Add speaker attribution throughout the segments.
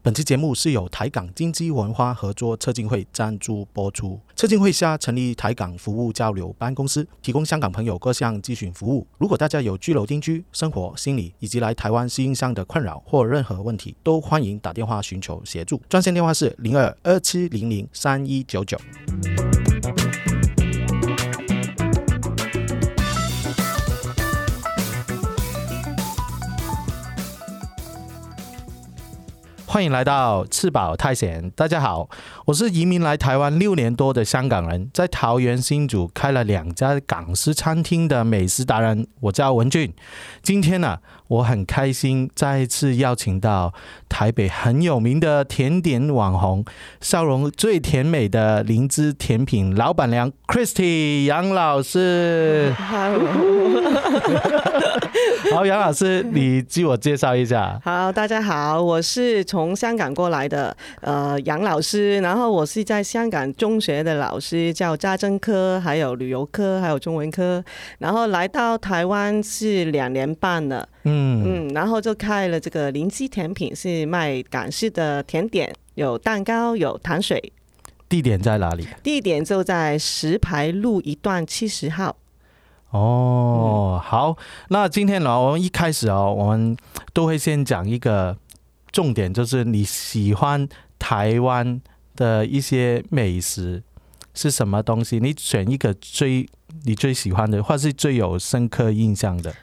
Speaker 1: 本期节目是由台港经济文化合作策进会赞助播出。策进会下成立台港服务交流办公司，提供香港朋友各项咨询服务。如果大家有居留、定居、生活、心理以及来台湾适应上的困扰或任何问题，都欢迎打电话寻求协助。专线电话是零二二七零零三一九九。欢迎来到吃饱太闲，大家好，我是移民来台湾六年多的香港人，在桃园新竹开了两家港式餐厅的美食达人，我叫文俊。今天呢、我很开心再一次邀请到台北很有名的甜点网红，笑容最甜美的灵芝甜品老板娘 Christy 杨老 师。好，杨老师，你自我介绍一 下。
Speaker 2: 好，大家好，我是从香港过来的，呃，杨老师，然后我是在香港中学的老师，叫家政科，还有旅游科，还有中文科，然后来到台湾是两年半了，
Speaker 1: 嗯
Speaker 2: 嗯，然后就开了这个灵芝甜品，是卖港式的甜点，有蛋糕，有糖水，
Speaker 1: 地点在哪里？
Speaker 2: 地点就在石牌路一段七十号。
Speaker 1: 哦，好，那今天呢，我们一开始哦，我们都会先讲一个重点，就是你喜欢台湾的一些美食是什么东西？你选一个最你最喜欢的，或是最有深刻印象的。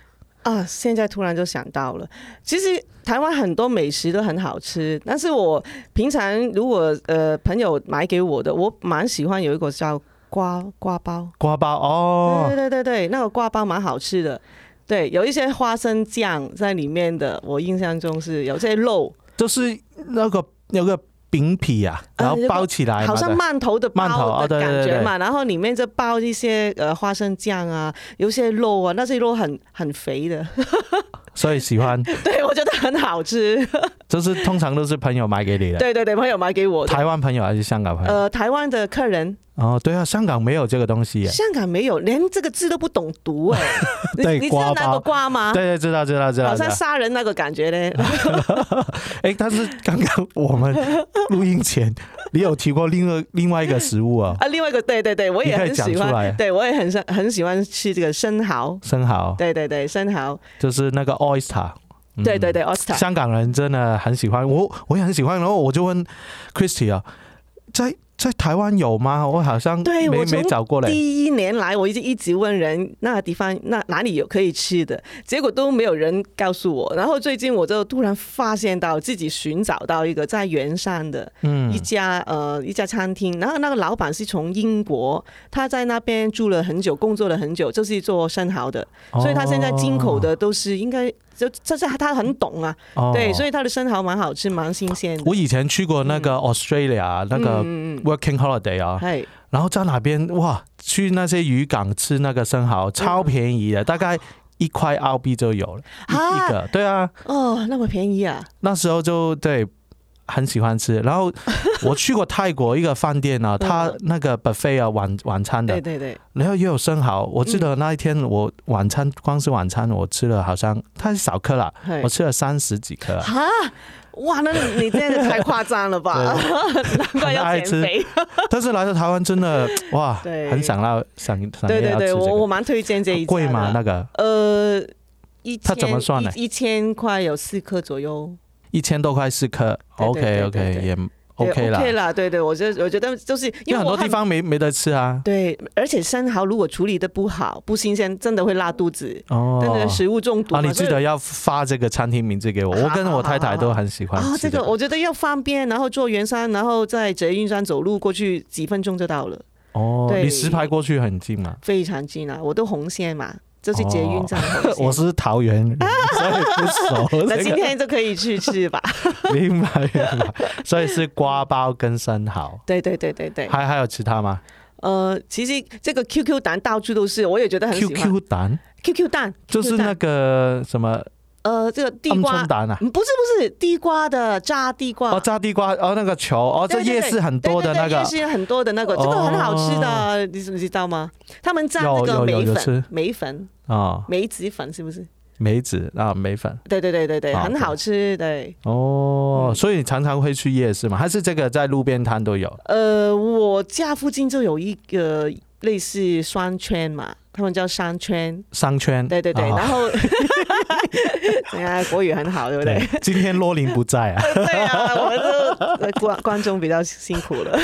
Speaker 2: 啊，现在突然就想到了，其实台湾很多美食都很好吃，但是我平常如果呃朋友买给我的，我蛮喜欢有一个叫瓜瓜包，
Speaker 1: 瓜包哦，
Speaker 2: 对对对对，那个瓜包蛮好吃的，对，有一些花生酱在里面的，我印象中是有这些肉，
Speaker 1: 就是那个那个饼皮啊，
Speaker 2: 啊
Speaker 1: 然后包起来嘛，
Speaker 2: 好像馒头的
Speaker 1: 馒头
Speaker 2: 包
Speaker 1: 哦对
Speaker 2: 的
Speaker 1: 对
Speaker 2: 感
Speaker 1: 对
Speaker 2: 觉
Speaker 1: 对
Speaker 2: 嘛，然后里面就包一些呃花生酱啊，有一些肉啊，那些肉很很肥的，
Speaker 1: 所以喜欢，
Speaker 2: 对我觉得很好吃，
Speaker 1: 就是通常都是朋友买给你的，
Speaker 2: 对对对，朋友买给我的。
Speaker 1: 台湾朋友还是香港朋友？
Speaker 2: 呃，台湾的客人，
Speaker 1: 哦，对啊，香港没有这个东西耶。
Speaker 2: 香港没有，连这个字都不懂读 哎、你
Speaker 1: 对
Speaker 2: 你知道
Speaker 1: 瓜
Speaker 2: 哪
Speaker 1: 包
Speaker 2: 个瓜吗？
Speaker 1: 对啊对，知道知道知道。
Speaker 2: 啊好
Speaker 1: 知道
Speaker 2: 像杀人那个感觉嘞。
Speaker 1: 啊哎，但是刚刚我们录音前，你有提过另外另外一 个食物啊，
Speaker 2: 啊，另外一个，对对对，我也
Speaker 1: 你可以
Speaker 2: 很
Speaker 1: 讲
Speaker 2: 喜
Speaker 1: 出来
Speaker 2: 欢，对我也很喜很喜欢吃这个生蚝。
Speaker 1: 生蚝，
Speaker 2: 对对对，生蚝，
Speaker 1: 就是那个 oyster。嗯
Speaker 2: 对对对，oyster。
Speaker 1: 香港人真的很喜欢，我我也很喜欢。然后我就问 Christy 啊，在在台湾有吗？我好像
Speaker 2: 对
Speaker 1: 没
Speaker 2: 我
Speaker 1: 没
Speaker 2: 从
Speaker 1: 找过嘞。
Speaker 2: 第一年来，我一直一直问人那个地方那哪里有可以吃的，结果都没有人告诉我。然后最近我就突然发现到自己寻找到一个在圆山的，
Speaker 1: 嗯
Speaker 2: 一，家呃一家餐厅，然后那个老板是从英国，他在那边住了很久，工作了很久，就是做生蚝的，
Speaker 1: 哦
Speaker 2: 所以他现在进口的都是应该就这是他很懂啊，
Speaker 1: 哦，
Speaker 2: 对，
Speaker 1: 以
Speaker 2: 所以他的生蚝蛮好吃，蛮新鲜的。
Speaker 1: 我以前去过那个 Australia 那个
Speaker 2: 嗯嗯嗯
Speaker 1: working holiday 啊
Speaker 2: 嗯，，哎，
Speaker 1: 然后在那边哇，去那些渔港吃那个生蚝，超便宜的，大概一块澳币就有了一
Speaker 2: 啊
Speaker 1: 一个。对啊，
Speaker 2: 哦，那么便宜啊，
Speaker 1: 那时候就对很喜欢吃。然后我去过泰国一个饭店啊，它那个 buffet 啊晚晚餐
Speaker 2: 嗯对
Speaker 1: 的，
Speaker 2: 对对，
Speaker 1: 然后也有生蚝。我记得那一天我晚餐光是晚餐我吃了好像它是少克啦，
Speaker 2: 哎
Speaker 1: 我，吃了三十几克啊。
Speaker 2: 啊，哇，那你你这样太夸张了吧， 难怪
Speaker 1: 很爱
Speaker 2: 要
Speaker 1: 吃
Speaker 2: 减肥，
Speaker 1: 但是来到台湾真的哇，
Speaker 2: 对
Speaker 1: 很想要想想念
Speaker 2: 对对
Speaker 1: 要吃
Speaker 2: 对，
Speaker 1: 这
Speaker 2: 我我
Speaker 1: 个，
Speaker 2: 蛮推荐这一家
Speaker 1: 贵吗？
Speaker 2: 的，
Speaker 1: 那个
Speaker 2: 呃，一
Speaker 1: 它怎么
Speaker 2: 千
Speaker 1: 算
Speaker 2: 一
Speaker 1: 呢
Speaker 2: 一千块有四颗左右。
Speaker 1: 一千多块四颗
Speaker 2: 对
Speaker 1: ，OK
Speaker 2: 对对
Speaker 1: OK
Speaker 2: 对
Speaker 1: 也
Speaker 2: 对
Speaker 1: OK 啦，
Speaker 2: OK 啦，对对，我觉得我觉得就是因
Speaker 1: 因为
Speaker 2: 为
Speaker 1: 很多
Speaker 2: 我
Speaker 1: 地方没没得吃啊。
Speaker 2: 对，而且生蚝如果处理的不好、不新鲜，真的会拉肚子，
Speaker 1: 哦
Speaker 2: 真，的食物中毒
Speaker 1: 啊，
Speaker 2: 嘛。
Speaker 1: 你
Speaker 2: 所
Speaker 1: 记
Speaker 2: 以
Speaker 1: 得要发这个餐厅名字给我，
Speaker 2: 好
Speaker 1: 我跟我太太
Speaker 2: 好好
Speaker 1: 都很喜欢
Speaker 2: 啊，
Speaker 1: 吃
Speaker 2: 这个我觉得要方便，然后坐圆山，然后在捷运站走路过去几分钟就到了，
Speaker 1: 哦，
Speaker 2: 对
Speaker 1: 你石牌过去很近嘛，
Speaker 2: 非常近啊！我都红线嘛，就是捷运站红 线。
Speaker 1: 我是桃园 人，所以不熟。
Speaker 2: 那
Speaker 1: 这
Speaker 2: 今
Speaker 1: 个
Speaker 2: 天就可以去吃 吧？
Speaker 1: 明白明白，所以是瓜包跟生蚝，
Speaker 2: 对对对对对，
Speaker 1: 还还有其他吗
Speaker 2: 呃，其实这个 QQ 蛋到处都是，我也觉得很喜欢。
Speaker 1: ？QQ 蛋
Speaker 2: QQ 蛋
Speaker 1: 就是那
Speaker 2: 个
Speaker 1: 个什么
Speaker 2: 呃，这个地
Speaker 1: 鹌
Speaker 2: 瓜
Speaker 1: 鹑蛋啊，
Speaker 2: 嗯不是不是地瓜的炸地瓜，
Speaker 1: 哦炸地瓜，哦那个球，哦这
Speaker 2: 对对
Speaker 1: 夜
Speaker 2: 对
Speaker 1: 市很多的
Speaker 2: 对
Speaker 1: 那
Speaker 2: 对对
Speaker 1: 个，
Speaker 2: 夜市很多的那个，这个
Speaker 1: 哦
Speaker 2: 很好吃的，你知你知道吗？他们蘸
Speaker 1: 有
Speaker 2: 那个
Speaker 1: 有有
Speaker 2: 梅
Speaker 1: 有吃
Speaker 2: 粉、梅粉、
Speaker 1: 哦
Speaker 2: 梅子粉是不是？
Speaker 1: 梅子啊，梅粉
Speaker 2: 对对对对对，
Speaker 1: 啊
Speaker 2: 很
Speaker 1: 对
Speaker 2: 好吃，对。
Speaker 1: 哦，
Speaker 2: 嗯
Speaker 1: 所以你常常会去夜市吗？还是这个在路边摊都有？
Speaker 2: 呃，我家附近就有一个类似商圈嘛，他们叫商圈，
Speaker 1: 商圈？
Speaker 2: 对对对，
Speaker 1: 啊
Speaker 2: 然后， 人家国语很好，对不对？
Speaker 1: 对，今天罗琳不在 啊，
Speaker 2: 对啊，我们都呃观观众比较辛苦 了。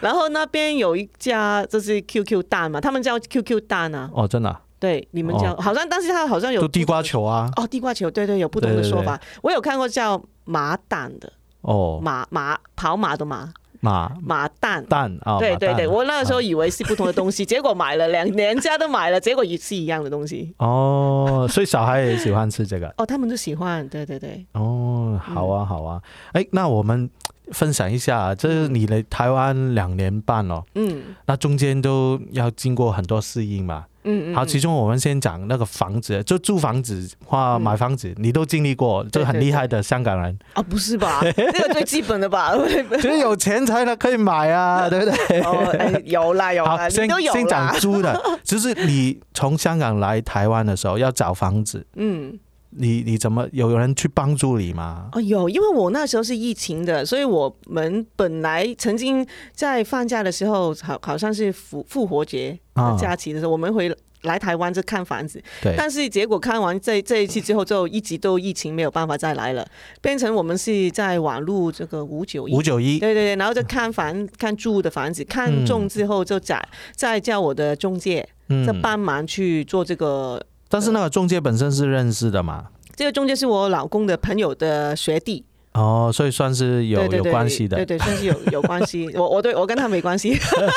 Speaker 2: 然后那边有一家就是 QQ 蛋嘛，他们叫 QQ 蛋啊，
Speaker 1: 哦，真的啊，
Speaker 2: 对，你们叫、好像，但是它好像有
Speaker 1: 就地瓜
Speaker 2: 不
Speaker 1: 球啊，
Speaker 2: 同的哦，地瓜球，对对，有不同的
Speaker 1: 对对
Speaker 2: 说法。我有看过叫麻蛋的，
Speaker 1: 哦，
Speaker 2: 马马跑马的马
Speaker 1: 马
Speaker 2: 马蛋。
Speaker 1: 蛋啊，
Speaker 2: 对
Speaker 1: 马
Speaker 2: 对
Speaker 1: 蛋
Speaker 2: 对，
Speaker 1: 啊
Speaker 2: 我那个时候以为是不同的东西，结果买了两两家都买了，结果也是一样的东西。
Speaker 1: 哦，所以小孩也喜欢吃这个
Speaker 2: 哦，他们都喜欢，对对对。嗯
Speaker 1: 哦，好啊，好啊，哎，那我们分享一下，啊这是你来台湾两年半哦，
Speaker 2: 嗯
Speaker 1: 那中间都要经过很多适应嘛。
Speaker 2: 嗯嗯，
Speaker 1: 好，
Speaker 2: 嗯
Speaker 1: 其中我们先讲那个房子，就租房子或
Speaker 2: 嗯
Speaker 1: 买房子，你都经历过，这
Speaker 2: 对
Speaker 1: 很
Speaker 2: 对
Speaker 1: 厉害的香港人，
Speaker 2: 啊，不是 吧？这个最基本的吧？
Speaker 1: 只是有钱才能可以买 啊，对不 对？
Speaker 2: 哦，哎有啦有啦，
Speaker 1: 好，
Speaker 2: 你
Speaker 1: 先
Speaker 2: 都有
Speaker 1: 先讲
Speaker 2: 啦。
Speaker 1: 租的，就是你从香港来台湾的时候要找房子，
Speaker 2: 嗯，
Speaker 1: 你你怎么有人去帮助你吗？
Speaker 2: 哦有，因为我那时候是疫情的，所以我们本来曾经在放假的时候，好好像是复复活节
Speaker 1: 啊
Speaker 2: 假期的时候，我们回来台湾就看房子，
Speaker 1: 对，
Speaker 2: 但是结果看完这这一期之后，就一直都疫情没有办法再来了，变成我们是在网路这个五九一
Speaker 1: 五九一
Speaker 2: 对对对，然后就看房看住的房子，看
Speaker 1: 嗯
Speaker 2: 中之后就再再叫我的中介，再
Speaker 1: 嗯，
Speaker 2: 帮忙去做这个。
Speaker 1: 但是那个中介本身是认识的嘛，
Speaker 2: 这个中介是我老公的朋友的学弟，
Speaker 1: 哦，所以算是有
Speaker 2: 对对
Speaker 1: 有
Speaker 2: 对
Speaker 1: 关系
Speaker 2: 对
Speaker 1: 的，
Speaker 2: 对，算 是有有关系。我我对我跟他没关系，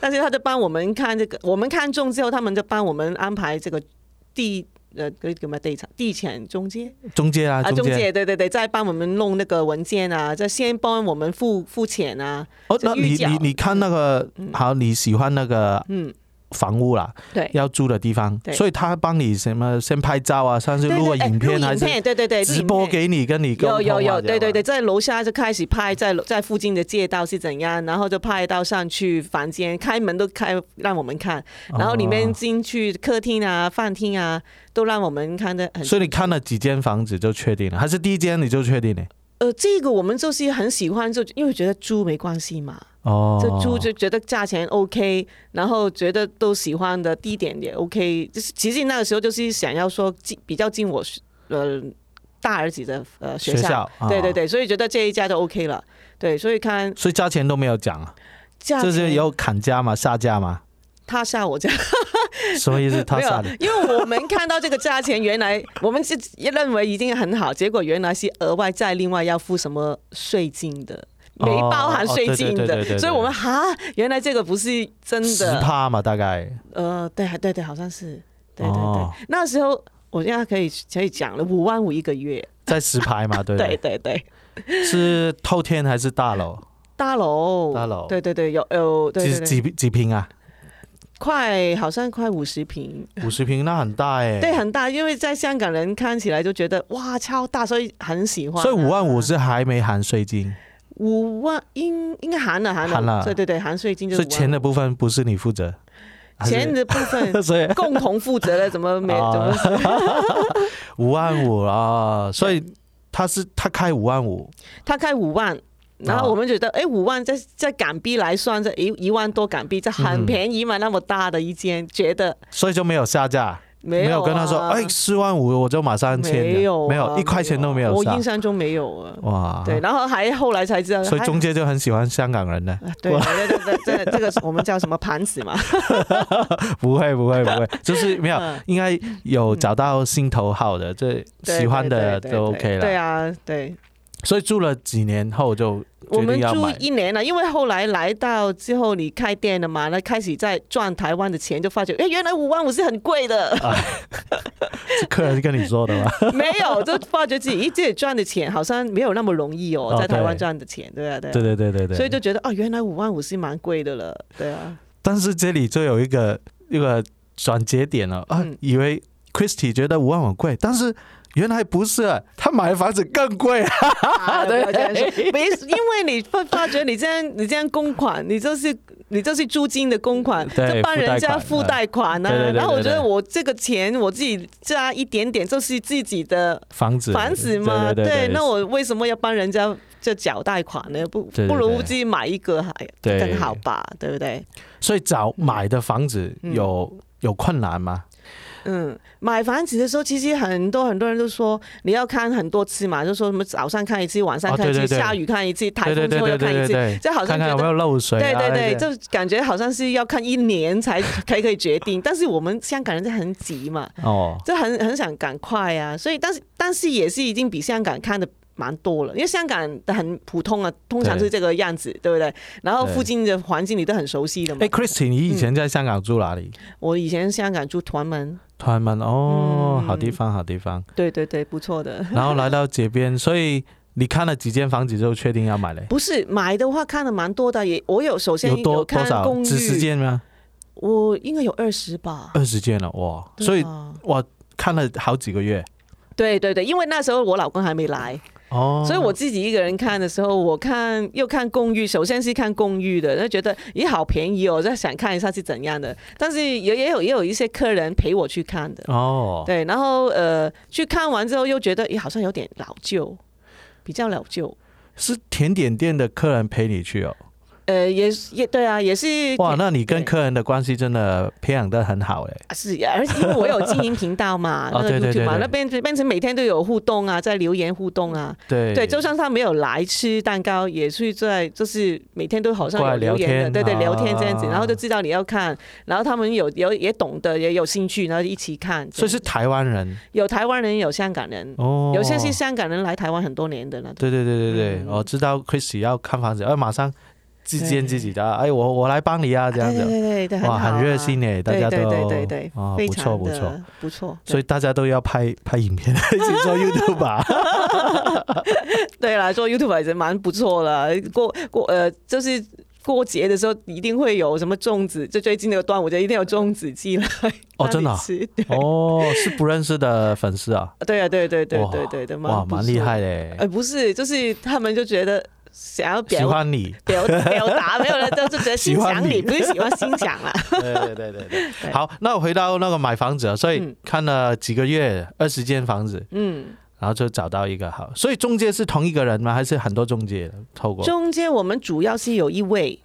Speaker 2: 但是他就帮我们看这个，我们看中之后，他们就帮我们安排这个地呃这个叫什么地产地产中介
Speaker 1: 中介啊，
Speaker 2: 啊中
Speaker 1: 介
Speaker 2: 介，对对对，再帮我们弄那个文件啊，再先帮我们付付钱啊，
Speaker 1: 哦，
Speaker 2: 就
Speaker 1: 那
Speaker 2: 预
Speaker 1: 你
Speaker 2: 缴
Speaker 1: 你你看那个好，你喜欢那个
Speaker 2: 嗯，
Speaker 1: 房屋啦，
Speaker 2: 对。
Speaker 1: 要住的地方，
Speaker 2: 对
Speaker 1: 所以他帮你什么先拍照啊，像是录个
Speaker 2: 对对哎
Speaker 1: 影片
Speaker 2: 录
Speaker 1: 还
Speaker 2: 影
Speaker 1: 是
Speaker 2: 片，对对对，录
Speaker 1: 直
Speaker 2: 影
Speaker 1: 播
Speaker 2: 片
Speaker 1: 给你跟你沟通啊
Speaker 2: 有有有，
Speaker 1: 这样
Speaker 2: 对对
Speaker 1: 吗
Speaker 2: 对，在楼下就开始拍，在楼在附近的街道是怎样，然后就拍到上去房间，开门都开让我们看，然后里面
Speaker 1: 哦
Speaker 2: 进去客厅啊、饭厅啊，都让我们看的很。
Speaker 1: 所以你看了几间房子就确定了，还是第一间你就确定了？
Speaker 2: 呃，这个我们就是很喜欢，就因为觉得租没关系嘛，
Speaker 1: 哦，
Speaker 2: 就租就觉得价钱 OK，然后觉得都喜欢的地点也 OK，就是其实那个时候就是想要说近比较近我呃大儿子的呃
Speaker 1: 学
Speaker 2: 校。
Speaker 1: 啊
Speaker 2: 对对，对，所以觉得这一家就 OK 了。对，所以看
Speaker 1: 所以价钱都没有讲啊，
Speaker 2: 价
Speaker 1: 就
Speaker 2: 钱
Speaker 1: 是有砍价嘛，下价嘛，
Speaker 2: 他下我价，
Speaker 1: 什么意思？他
Speaker 2: 没
Speaker 1: 下
Speaker 2: 有
Speaker 1: 你，
Speaker 2: 因为我们看到这个价钱，原来我们是认为已经很好，结果原来是额外再另外要付什么税金的。
Speaker 1: 哦
Speaker 2: 没包含税金
Speaker 1: 哦对对对对
Speaker 2: 的，
Speaker 1: 对
Speaker 2: 所以我们哈，原来这个不是真
Speaker 1: 十
Speaker 2: 的，
Speaker 1: 趴嘛，大概
Speaker 2: 呃，对对对，好像是，对对对
Speaker 1: 嗯哦，
Speaker 2: 那时候我现在可以可以讲了，五万五一个月，
Speaker 1: 在十排 嘛，对不
Speaker 2: 对
Speaker 1: 对？
Speaker 2: 对对，
Speaker 1: 是透天还是大楼？
Speaker 2: 大楼，
Speaker 1: 大楼
Speaker 2: 对对对，有有，对
Speaker 1: 几
Speaker 2: 对对，
Speaker 1: 几几平 啊？
Speaker 2: 快好像快五十平，
Speaker 1: 五十平，那很大哎。
Speaker 2: 对，。很大，因为在香港人看起来就觉得哇超大，所以很喜欢啊、
Speaker 1: 所以五万五是还没含税金，
Speaker 2: 五万应应该含了含了，
Speaker 1: 含了
Speaker 2: 对对对，含税金就
Speaker 1: 所
Speaker 2: 是
Speaker 1: 以钱
Speaker 2: 的
Speaker 1: 的部分不是你负责。还是
Speaker 2: 钱的部 分
Speaker 1: 所以
Speaker 2: 共同负责的，怎么没怎
Speaker 1: 啊
Speaker 2: 么
Speaker 1: 五万五啊，所以他是他开五万五，
Speaker 2: 他开五万。然后我们觉得，哎，五万在在港币来算，这一一万多港币，这很便宜嘛，那么大的一间，觉得
Speaker 1: 所以就没有下架，
Speaker 2: 没有、啊、
Speaker 1: 有跟他说，哎，四万五我就马上签了，
Speaker 2: 没有啊、
Speaker 1: 没有一块钱都没有
Speaker 2: 我
Speaker 1: 下
Speaker 2: 印，象中没有啊。
Speaker 1: 哇，
Speaker 2: 对，，然后还后来才知道，
Speaker 1: 所以
Speaker 2: 还
Speaker 1: 中介就很喜欢香港人呢，
Speaker 2: 啊 对对对对，这这个是我们叫什么盘子嘛？
Speaker 1: 不会不会不 会，就是没有
Speaker 2: 嗯，
Speaker 1: 应该有找到心头好的，这
Speaker 2: 对
Speaker 1: 喜欢
Speaker 2: 对
Speaker 1: 的
Speaker 2: 对
Speaker 1: 都
Speaker 2: 对
Speaker 1: OK
Speaker 2: 对
Speaker 1: 了，
Speaker 2: 啊，对，
Speaker 1: 所以住了几年后就
Speaker 2: 我
Speaker 1: 决定
Speaker 2: 们
Speaker 1: 要
Speaker 2: 住
Speaker 1: 买，
Speaker 2: 一年了，啊因为后来来到之后，你开店了嘛，那开始在赚台湾的钱，就发觉，哎，原来五万五是很贵的，
Speaker 1: 是客人跟你说的吗？
Speaker 2: 没有，就发觉自己，咦，自己赚的钱好像没有那么容易哦
Speaker 1: 哦，
Speaker 2: 在台湾
Speaker 1: 对
Speaker 2: 赚的钱，对啊， 对啊
Speaker 1: 对对对对对，
Speaker 2: 所以就觉得，哦，原来五万五是蛮贵的了，对啊，
Speaker 1: 但是这里就有一个一个转折点了啊
Speaker 2: 嗯，
Speaker 1: 以为 Christy 觉得五万很贵，但是原来不是，啊他买的房子更贵啊！
Speaker 2: 啊，不要这样说，没，因为你发发觉你这样你这样公款，你就是你这是租金的公款，
Speaker 1: 对
Speaker 2: 这帮人家
Speaker 1: 付
Speaker 2: 付
Speaker 1: 贷
Speaker 2: 贷款
Speaker 1: 对对
Speaker 2: 啊。
Speaker 1: 对对
Speaker 2: 然后我觉
Speaker 1: 对
Speaker 2: 得我这个钱我自己加一点点，就是自己的
Speaker 1: 房子
Speaker 2: 烦死 嘛。
Speaker 1: 对对对
Speaker 2: 那我为什么要帮人家这缴贷款呢？不
Speaker 1: 对对对
Speaker 2: 不如自己买一个还
Speaker 1: 对
Speaker 2: 更好吧，对不对？
Speaker 1: 所以找买的房子有、有困难吗？
Speaker 2: 嗯，买房子的时候，其实很多很多人都说你要看很多次嘛，就说什么早上看一次，晚上
Speaker 1: 哦
Speaker 2: 看一次，
Speaker 1: 对对对
Speaker 2: 下雨看一次，台
Speaker 1: 对对对
Speaker 2: 风之后
Speaker 1: 对
Speaker 2: 要看一
Speaker 1: 对对
Speaker 2: 次，
Speaker 1: 对，
Speaker 2: 就好像
Speaker 1: 看看
Speaker 2: 觉
Speaker 1: 有
Speaker 2: 得
Speaker 1: 没有漏水、啊
Speaker 2: 对
Speaker 1: 那些，
Speaker 2: 对对，就感觉好像是要看一年才 才可以决定，但是我们香港人就很急嘛，
Speaker 1: 哦，
Speaker 2: 就很很想赶快啊，所以但是但是也是已经比香港看的蛮多了，因为香港的很普通啊，通常
Speaker 1: 对
Speaker 2: 是这个样子，对不对？然后
Speaker 1: 对
Speaker 2: 附近的环境你都很熟悉的嘛
Speaker 1: 哎。，Christy，你
Speaker 2: 嗯
Speaker 1: 以前在香港住哪里？
Speaker 2: 我以前香港住屯门，
Speaker 1: 屯门哦，
Speaker 2: 嗯
Speaker 1: 好地方，好地方。
Speaker 2: 对对对，不错的。
Speaker 1: 然后来到这边，所以你看了几间房子就确定要买嘞？
Speaker 2: 不是买的话看的蛮多的，也我有首先
Speaker 1: 有多多
Speaker 2: 看
Speaker 1: 少
Speaker 2: 公？
Speaker 1: 几十
Speaker 2: 寓，
Speaker 1: 间吗？
Speaker 2: 我应该有二十吧。
Speaker 1: 二十间了，哇！
Speaker 2: 对啊
Speaker 1: 所以
Speaker 2: 吧
Speaker 1: 我看了好几个月
Speaker 2: 对对对，因为那时候我老公还没来，
Speaker 1: 哦。
Speaker 2: 所以我自己一个人看的时候，我看又看公寓，首先是看公寓的，就觉得也好便宜哦，就想看一下是怎样的。但是也也有也有一些客人陪我去看的，
Speaker 1: 哦，
Speaker 2: 对，然后呃去看完之后又觉得也好像有点老旧，比较老旧。
Speaker 1: 是甜点店的客人陪你去哦。
Speaker 2: 呃，也是也对啊，也是
Speaker 1: 哇，那你跟
Speaker 2: 对
Speaker 1: 客人的关系真的培养得很好哎。
Speaker 2: 是，而且因为我有经营频 道嘛，那
Speaker 1: 哦
Speaker 2: 个
Speaker 1: 对对
Speaker 2: YouTube 嘛，
Speaker 1: 对对
Speaker 2: 那变变成每天都有互动啊，在留言互动啊，
Speaker 1: 对
Speaker 2: 对，就算他没有来吃蛋糕，也是在就是每天都好像
Speaker 1: 过来
Speaker 2: 有留言的，
Speaker 1: 聊天
Speaker 2: 对对，聊天这样子，
Speaker 1: 啊
Speaker 2: 然后就知道你要看，然后他们有有也懂得，也有兴趣，然后一起看。这
Speaker 1: 所
Speaker 2: 样
Speaker 1: 以是台湾人
Speaker 2: 有台湾人，有香港人，
Speaker 1: 哦。
Speaker 2: 有些是香港人来台湾很多年的那种。
Speaker 1: 对对对对对，
Speaker 2: 嗯
Speaker 1: 我知道 Chris 要看房子，哎，马上自荐
Speaker 2: 对
Speaker 1: 自己的，哎，我我来帮你啊，这样
Speaker 2: 对
Speaker 1: 子，
Speaker 2: 对对对，
Speaker 1: 哇，
Speaker 2: 好啊
Speaker 1: 很热心，哎，大
Speaker 2: 对
Speaker 1: 家都
Speaker 2: 对对对对
Speaker 1: 哦，
Speaker 2: 非
Speaker 1: 不错
Speaker 2: 常
Speaker 1: 不错，
Speaker 2: 的不错。
Speaker 1: 所以大家都要拍拍影片， 一起 做 YouTube 啊吧。
Speaker 2: 对啦，做 YouTube 也是蛮不错了。过过呃，就是过节的时候一定会有什么粽子，就最近那个端午节一定有粽子寄来。
Speaker 1: 哦真的啊
Speaker 2: 让你吃对
Speaker 1: 哦，是不认识的粉丝 啊，
Speaker 2: 对啊，对对对
Speaker 1: 哇
Speaker 2: 对对对，
Speaker 1: 哇，
Speaker 2: 不
Speaker 1: 蛮
Speaker 2: 错
Speaker 1: 厉。害的，
Speaker 2: 呃，不是，就是他们就觉得想要
Speaker 1: 喜
Speaker 2: 表
Speaker 1: 欢 你。
Speaker 2: 表表达，没有了，就就觉得
Speaker 1: 喜
Speaker 2: 欣
Speaker 1: 欢
Speaker 2: 赏
Speaker 1: 你
Speaker 2: 你，不是喜欢欣赏 啦。
Speaker 1: 对对对对对。好，那我回到那个买房子啊，所以
Speaker 2: 嗯
Speaker 1: 看了几个月，二十间房子，
Speaker 2: 嗯，
Speaker 1: 然后就找到一个好。所以中介是同一个人吗？还是很多中介的透过？
Speaker 2: 中间我们主要是有一位。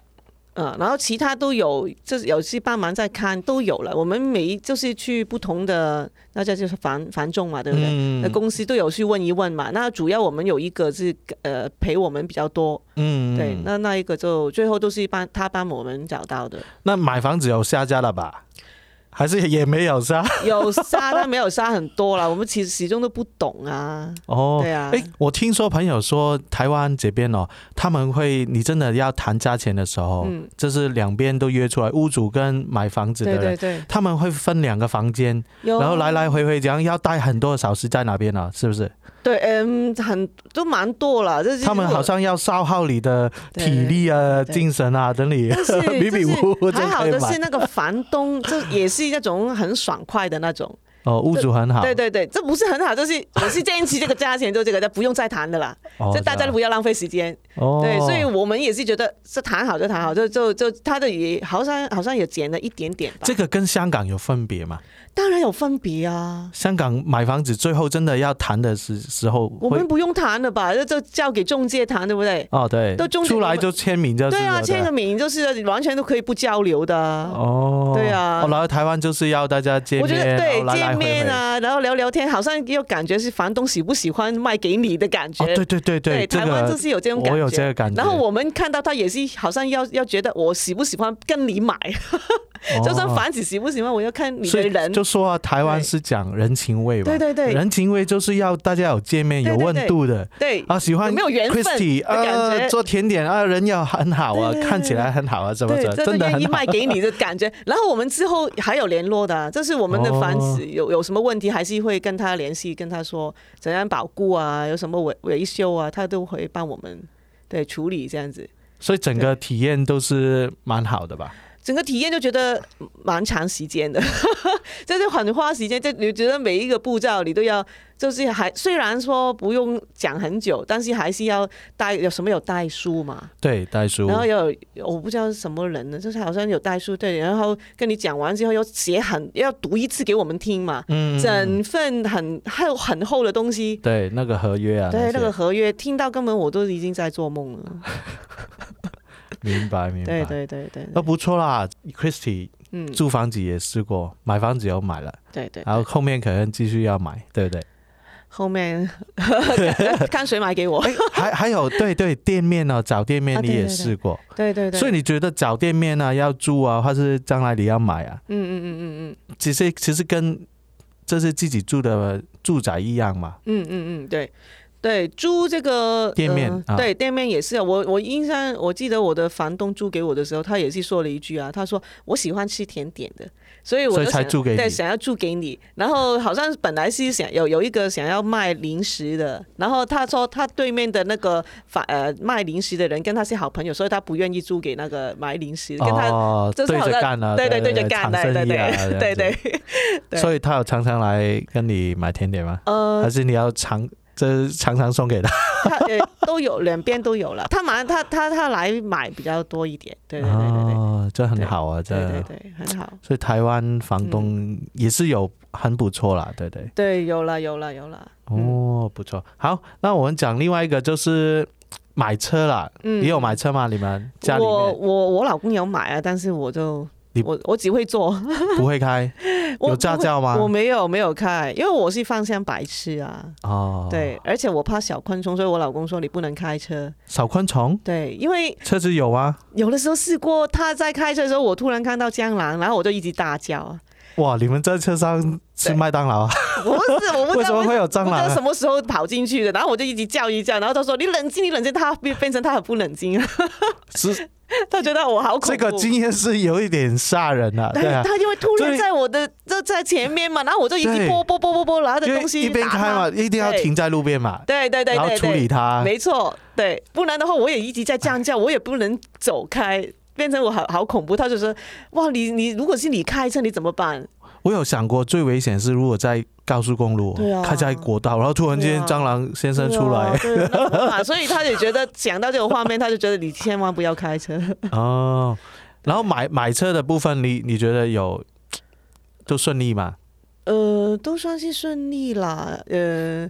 Speaker 2: 嗯，然后其他都有，就是有去帮忙在看，都有了。我们每一就是去不同的，那叫就是繁繁重嘛，对不对？那
Speaker 1: 嗯
Speaker 2: 公司都有去问一问嘛。那主要我们有一个是呃陪我们比较多，
Speaker 1: 嗯
Speaker 2: 对，那那一个就最后都是帮他帮我们找到的。
Speaker 1: 那买房子有下家了吧？还是也没有 下？
Speaker 2: 有杀，但没有杀很多啦。我们其实始终都不懂啊。
Speaker 1: 哦，
Speaker 2: 对啊
Speaker 1: 哎，我听说朋友说台湾这边哦，他们会你真的要谈价钱的时候，
Speaker 2: 嗯
Speaker 1: 就是两边都约出来，屋主跟买房子的
Speaker 2: 对哦
Speaker 1: 人，
Speaker 2: 对对，
Speaker 1: 他们会分两个房间，
Speaker 2: 有啊
Speaker 1: 然后来来回回这样，要待很多小时在哪边啊？是不是？
Speaker 2: 对，嗯，很都蛮多了。就是
Speaker 1: 他们好像要消耗你的
Speaker 2: 对
Speaker 1: 体力啊、
Speaker 2: 对
Speaker 1: 精神啊，等你
Speaker 2: 但是
Speaker 1: 迷迷糊糊就
Speaker 2: 还好
Speaker 1: 可以
Speaker 2: 的
Speaker 1: 买
Speaker 2: 是。那个房东， 这也是那种很爽快的那种。
Speaker 1: 哦，屋主很好，
Speaker 2: 对对对，这不是很好，就是我是建议这个价钱就这个，但不用再谈的啦。
Speaker 1: 哦，
Speaker 2: 就大家
Speaker 1: 是
Speaker 2: 都
Speaker 1: 吧
Speaker 2: 不要浪费时间。
Speaker 1: 哦，
Speaker 2: 对，所以我们也是觉得是谈好就谈好，就就就他的也好像好像也减了一点点吧。
Speaker 1: 这个跟香港有分别嘛？
Speaker 2: 当然有分别啊。
Speaker 1: 香港买房子最后真的要谈的时时候
Speaker 2: 我
Speaker 1: 会
Speaker 2: 们不用谈 了吧？就就交给中介谈，对不对？
Speaker 1: 哦，对，
Speaker 2: 都中间
Speaker 1: 出来就签名就是
Speaker 2: 对啊，
Speaker 1: 了
Speaker 2: 签个名就是完全都可以不交流的啊。
Speaker 1: 哦，
Speaker 2: 对啊
Speaker 1: 哦，然后台湾就是要大家见
Speaker 2: 我
Speaker 1: 面，
Speaker 2: 觉得对
Speaker 1: 然后来来
Speaker 2: 见
Speaker 1: 回回
Speaker 2: 面，啊，然后聊聊天，好像又感觉是房东喜不喜欢卖给你的感觉。
Speaker 1: 哦，对对对
Speaker 2: 对
Speaker 1: 这
Speaker 2: 台湾就
Speaker 1: 个
Speaker 2: 是有这种感觉。
Speaker 1: 我有这个感觉，哦
Speaker 2: 然后我们看到他也是好像要要觉得我喜不喜欢跟你买，
Speaker 1: 哦
Speaker 2: 就算房子喜不喜欢，我要看你
Speaker 1: 所
Speaker 2: 的
Speaker 1: 以
Speaker 2: 人。
Speaker 1: 就说啊，台湾
Speaker 2: 对
Speaker 1: 是讲人情味吧，
Speaker 2: 对对对
Speaker 1: 人情味就是要大家有见面
Speaker 2: 对
Speaker 1: 有
Speaker 2: 对
Speaker 1: 温
Speaker 2: 对
Speaker 1: 度的。
Speaker 2: 对，
Speaker 1: 啊，喜欢
Speaker 2: 有没有缘分
Speaker 1: Christy
Speaker 2: 的感
Speaker 1: 啊，
Speaker 2: 觉
Speaker 1: 做甜点啊，人要很好啊，
Speaker 2: 对对对
Speaker 1: 看起来很好啊，怎么
Speaker 2: 对，
Speaker 1: 怎么，
Speaker 2: 这
Speaker 1: 真
Speaker 2: 是
Speaker 1: 的
Speaker 2: 愿
Speaker 1: 很
Speaker 2: 意
Speaker 1: 好
Speaker 2: 卖。给你的 感觉。然后我们之后还有联络的啊、这是我们的房
Speaker 1: 哦
Speaker 2: 子有有什么问题，还是会跟他联系，跟他说怎样保固啊，有什么维维修啊，他都会帮我们对处理这样子。
Speaker 1: 所以整个体验都是蛮好的吧？
Speaker 2: 整个体验就觉得蛮长时间的， 就是很花时间。就你觉得每一个步骤你都要，就是还虽然说不用讲很久，但是还是要带有什么有带书嘛，
Speaker 1: 对，袋鼠
Speaker 2: 然后有我不知道是什么人呢，就是好像有带书对，然后跟你讲完之后要写很要读一次给我们听嘛，
Speaker 1: 嗯，
Speaker 2: 整份很厚很厚的东西，
Speaker 1: 对那个合约啊，
Speaker 2: 对
Speaker 1: 些
Speaker 2: 那个合约听到根本我都已经在做梦了，
Speaker 1: 明白明白，哦
Speaker 2: 对对对对，
Speaker 1: 那不错啦，Christy
Speaker 2: 嗯，
Speaker 1: 住房子也试过，买房子有买了，
Speaker 2: 对对，
Speaker 1: 然后后面可能继续要买，对不 对？
Speaker 2: 后面 看谁买给我，
Speaker 1: 还还有对对店面呢、找店面
Speaker 2: 啊
Speaker 1: 你
Speaker 2: 对对
Speaker 1: 也
Speaker 2: 对
Speaker 1: 试过，
Speaker 2: 对对对，
Speaker 1: 所以你觉得找店面啊要住啊，或是将来你要买啊，
Speaker 2: 嗯嗯嗯嗯嗯
Speaker 1: 其实其实跟这是自己住的住宅一样嘛，
Speaker 2: 嗯嗯嗯，对。对，租这个
Speaker 1: 店面
Speaker 2: 呃
Speaker 1: 啊
Speaker 2: 对店面也是啊。我我印象，我记得我的房东租给我的时候，他也是说了一句啊，他说我喜欢吃甜点的，所以我
Speaker 1: 所以
Speaker 2: 就
Speaker 1: 才
Speaker 2: 想
Speaker 1: 租给
Speaker 2: 对，
Speaker 1: 你
Speaker 2: 想要租给你。然后好像本来是想有有一个想要卖零食的，然后他说他对面的那个反呃卖零食的人跟他是好朋友，所以他不愿意租给那个买零食，跟他、
Speaker 1: 哦，
Speaker 2: 就
Speaker 1: 对
Speaker 2: 是好像
Speaker 1: 着干啊，
Speaker 2: 对
Speaker 1: 对
Speaker 2: 对对着干，
Speaker 1: 长
Speaker 2: 对
Speaker 1: 生
Speaker 2: 对
Speaker 1: 意啊，
Speaker 2: 对对
Speaker 1: 这样子
Speaker 2: 对，对
Speaker 1: 所以他有常常来跟你买甜点吗？
Speaker 2: 呃
Speaker 1: 还，是你要常这常常送给他？
Speaker 2: 他呃都有，两边都有了。他买他他他来买比较多一点，对对对对对。
Speaker 1: 哦，这很好啊，这
Speaker 2: 对对对，很好。
Speaker 1: 所以台湾房东也是有很不错
Speaker 2: 嗯
Speaker 1: 啦，对对。
Speaker 2: 对，有了，有了，有了。嗯
Speaker 1: 哦，不错。好，那我们讲另外一个就是买车啦，
Speaker 2: 嗯
Speaker 1: 也有买车吗？你们家里
Speaker 2: 我
Speaker 1: 面
Speaker 2: 我我老公有买啊，但是我就
Speaker 1: 你
Speaker 2: 我我只 会坐，
Speaker 1: 不会开？
Speaker 2: 我
Speaker 1: 有驾照吗
Speaker 2: 我没有没有开，因为我是方向白痴啊。
Speaker 1: 哦，，
Speaker 2: 对，而且我怕小昆虫，所以我老公说你不能开车。
Speaker 1: 小昆虫
Speaker 2: 对，因为
Speaker 1: 车子有啊。
Speaker 2: 有的时候试过他在开车的时候，我突然看到蟑螂，然后我就一直大叫啊。
Speaker 1: 哇，你们在车上吃麦当劳啊？
Speaker 2: 我不是，我不
Speaker 1: 为
Speaker 2: 知
Speaker 1: 什
Speaker 2: 道
Speaker 1: 么会有蟑
Speaker 2: 不
Speaker 1: 螂
Speaker 2: 知道
Speaker 1: 啊
Speaker 2: 什？么时候跑进去的，然后我就一直叫一叫，然后他说你冷静，你冷静，他变变成他很不冷静，
Speaker 1: 是
Speaker 2: 他觉得我好恐怖。
Speaker 1: 这个经验是有一点吓人啊，
Speaker 2: 但
Speaker 1: 对
Speaker 2: 是
Speaker 1: 啊。
Speaker 2: 他因为突
Speaker 1: 所
Speaker 2: 然
Speaker 1: 以
Speaker 2: 在我的就在前面嘛，然后我就一直
Speaker 1: 对
Speaker 2: 拨拨拨拨拨，拿着
Speaker 1: 因为
Speaker 2: 东西
Speaker 1: 一边
Speaker 2: 打
Speaker 1: 开
Speaker 2: 他
Speaker 1: 嘛，，一定要
Speaker 2: 对
Speaker 1: 停在路边嘛，
Speaker 2: 对对对
Speaker 1: 然后
Speaker 2: 对
Speaker 1: 处理
Speaker 2: 对，
Speaker 1: 它。
Speaker 2: 没错，对，不然的话我也一直在这样叫，我也不能走开。变成我好好恐怖，他就说：“哇，你你如果是你开车，你怎么办
Speaker 1: 我有想过，最危险是如果在高速公路
Speaker 2: 对啊
Speaker 1: 开在国道，然后突然间
Speaker 2: 对啊
Speaker 1: 蟑螂先？”生出来，
Speaker 2: 对啊，对那怎么办？所以他也觉得想到这种画面，他就觉得你千万不要开车。
Speaker 1: 哦。然后买买车的部分，你你觉得有就顺利吗？
Speaker 2: 呃，都算是顺利啦。呃，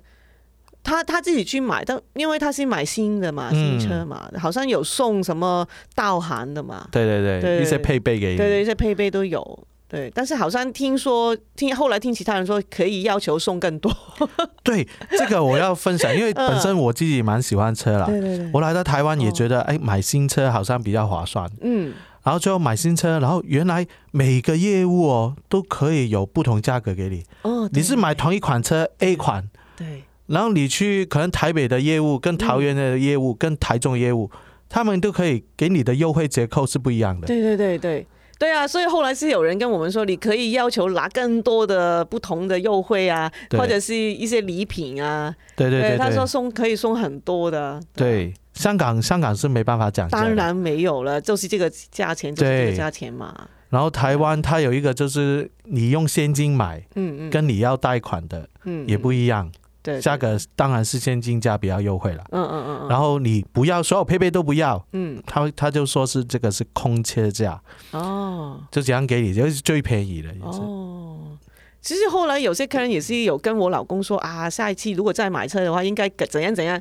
Speaker 2: 他他自己去买，但因为他是买新的嘛，新
Speaker 1: 嗯
Speaker 2: 车嘛，好像有送什么道行的嘛，
Speaker 1: 对对对，
Speaker 2: 对
Speaker 1: 一些配备给
Speaker 2: 对
Speaker 1: 你。
Speaker 2: 对，这配备都有。对，但是好像听说听后来听其他人说可以要求送更多。
Speaker 1: 对这个我要分享，因 为
Speaker 2: 嗯
Speaker 1: 本身我自己蛮喜欢车啦。
Speaker 2: 对对，
Speaker 1: 啊我来到台湾也
Speaker 2: 哦
Speaker 1: 觉得，哎，买新车好像比较划算。
Speaker 2: 嗯，
Speaker 1: 然后最后买新车，然后原来每个业务哦都可以有不同价格给你。
Speaker 2: 哦，
Speaker 1: 你是
Speaker 2: 对
Speaker 1: 买同一款车 A 款，
Speaker 2: 对
Speaker 1: 然后你去可能台北的业务、跟桃园的业务、跟台中业务，他们都可以给你的优惠折扣是不一样的。
Speaker 2: 对对对对。对啊，所以后来是有人跟我们说，你可以要求拿更多的不同的优惠啊，
Speaker 1: 对
Speaker 2: 或者是一些礼品啊。
Speaker 1: 对对对
Speaker 2: 他说
Speaker 1: 对
Speaker 2: 送可以送很多的。啊
Speaker 1: 对，香港香港是没办法讲价的。
Speaker 2: 当然没有了，就是这个价钱，就是这个价钱嘛。
Speaker 1: 然后台湾它有一个就是你用现金买，
Speaker 2: 嗯嗯，
Speaker 1: 跟你要贷款的
Speaker 2: 嗯
Speaker 1: 也不一样，
Speaker 2: 对
Speaker 1: 价，格当然是现金价比较优惠了。
Speaker 2: 嗯嗯嗯嗯，
Speaker 1: 然
Speaker 2: 后
Speaker 1: 后你不要所有配备都不要，
Speaker 2: 嗯
Speaker 1: 他他就说是这个是空切价，
Speaker 2: 哦
Speaker 1: 就这样给你，就是最便宜的也 是。
Speaker 2: 哦。其实后来有些客人也是有跟我老公说啊，下一期如果再买车的话，应该怎样怎样。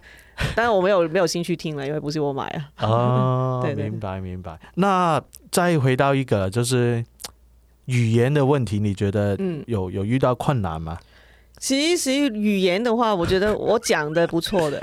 Speaker 2: 但我没有没有兴趣听了，因为不是我买啊。
Speaker 1: 哦，
Speaker 2: 对对
Speaker 1: 明白明白。那再回到一个就是语言的问题，你觉得
Speaker 2: 嗯，
Speaker 1: 有有遇到困难 吗？
Speaker 2: 其实语言的话，我觉得我讲的不错的，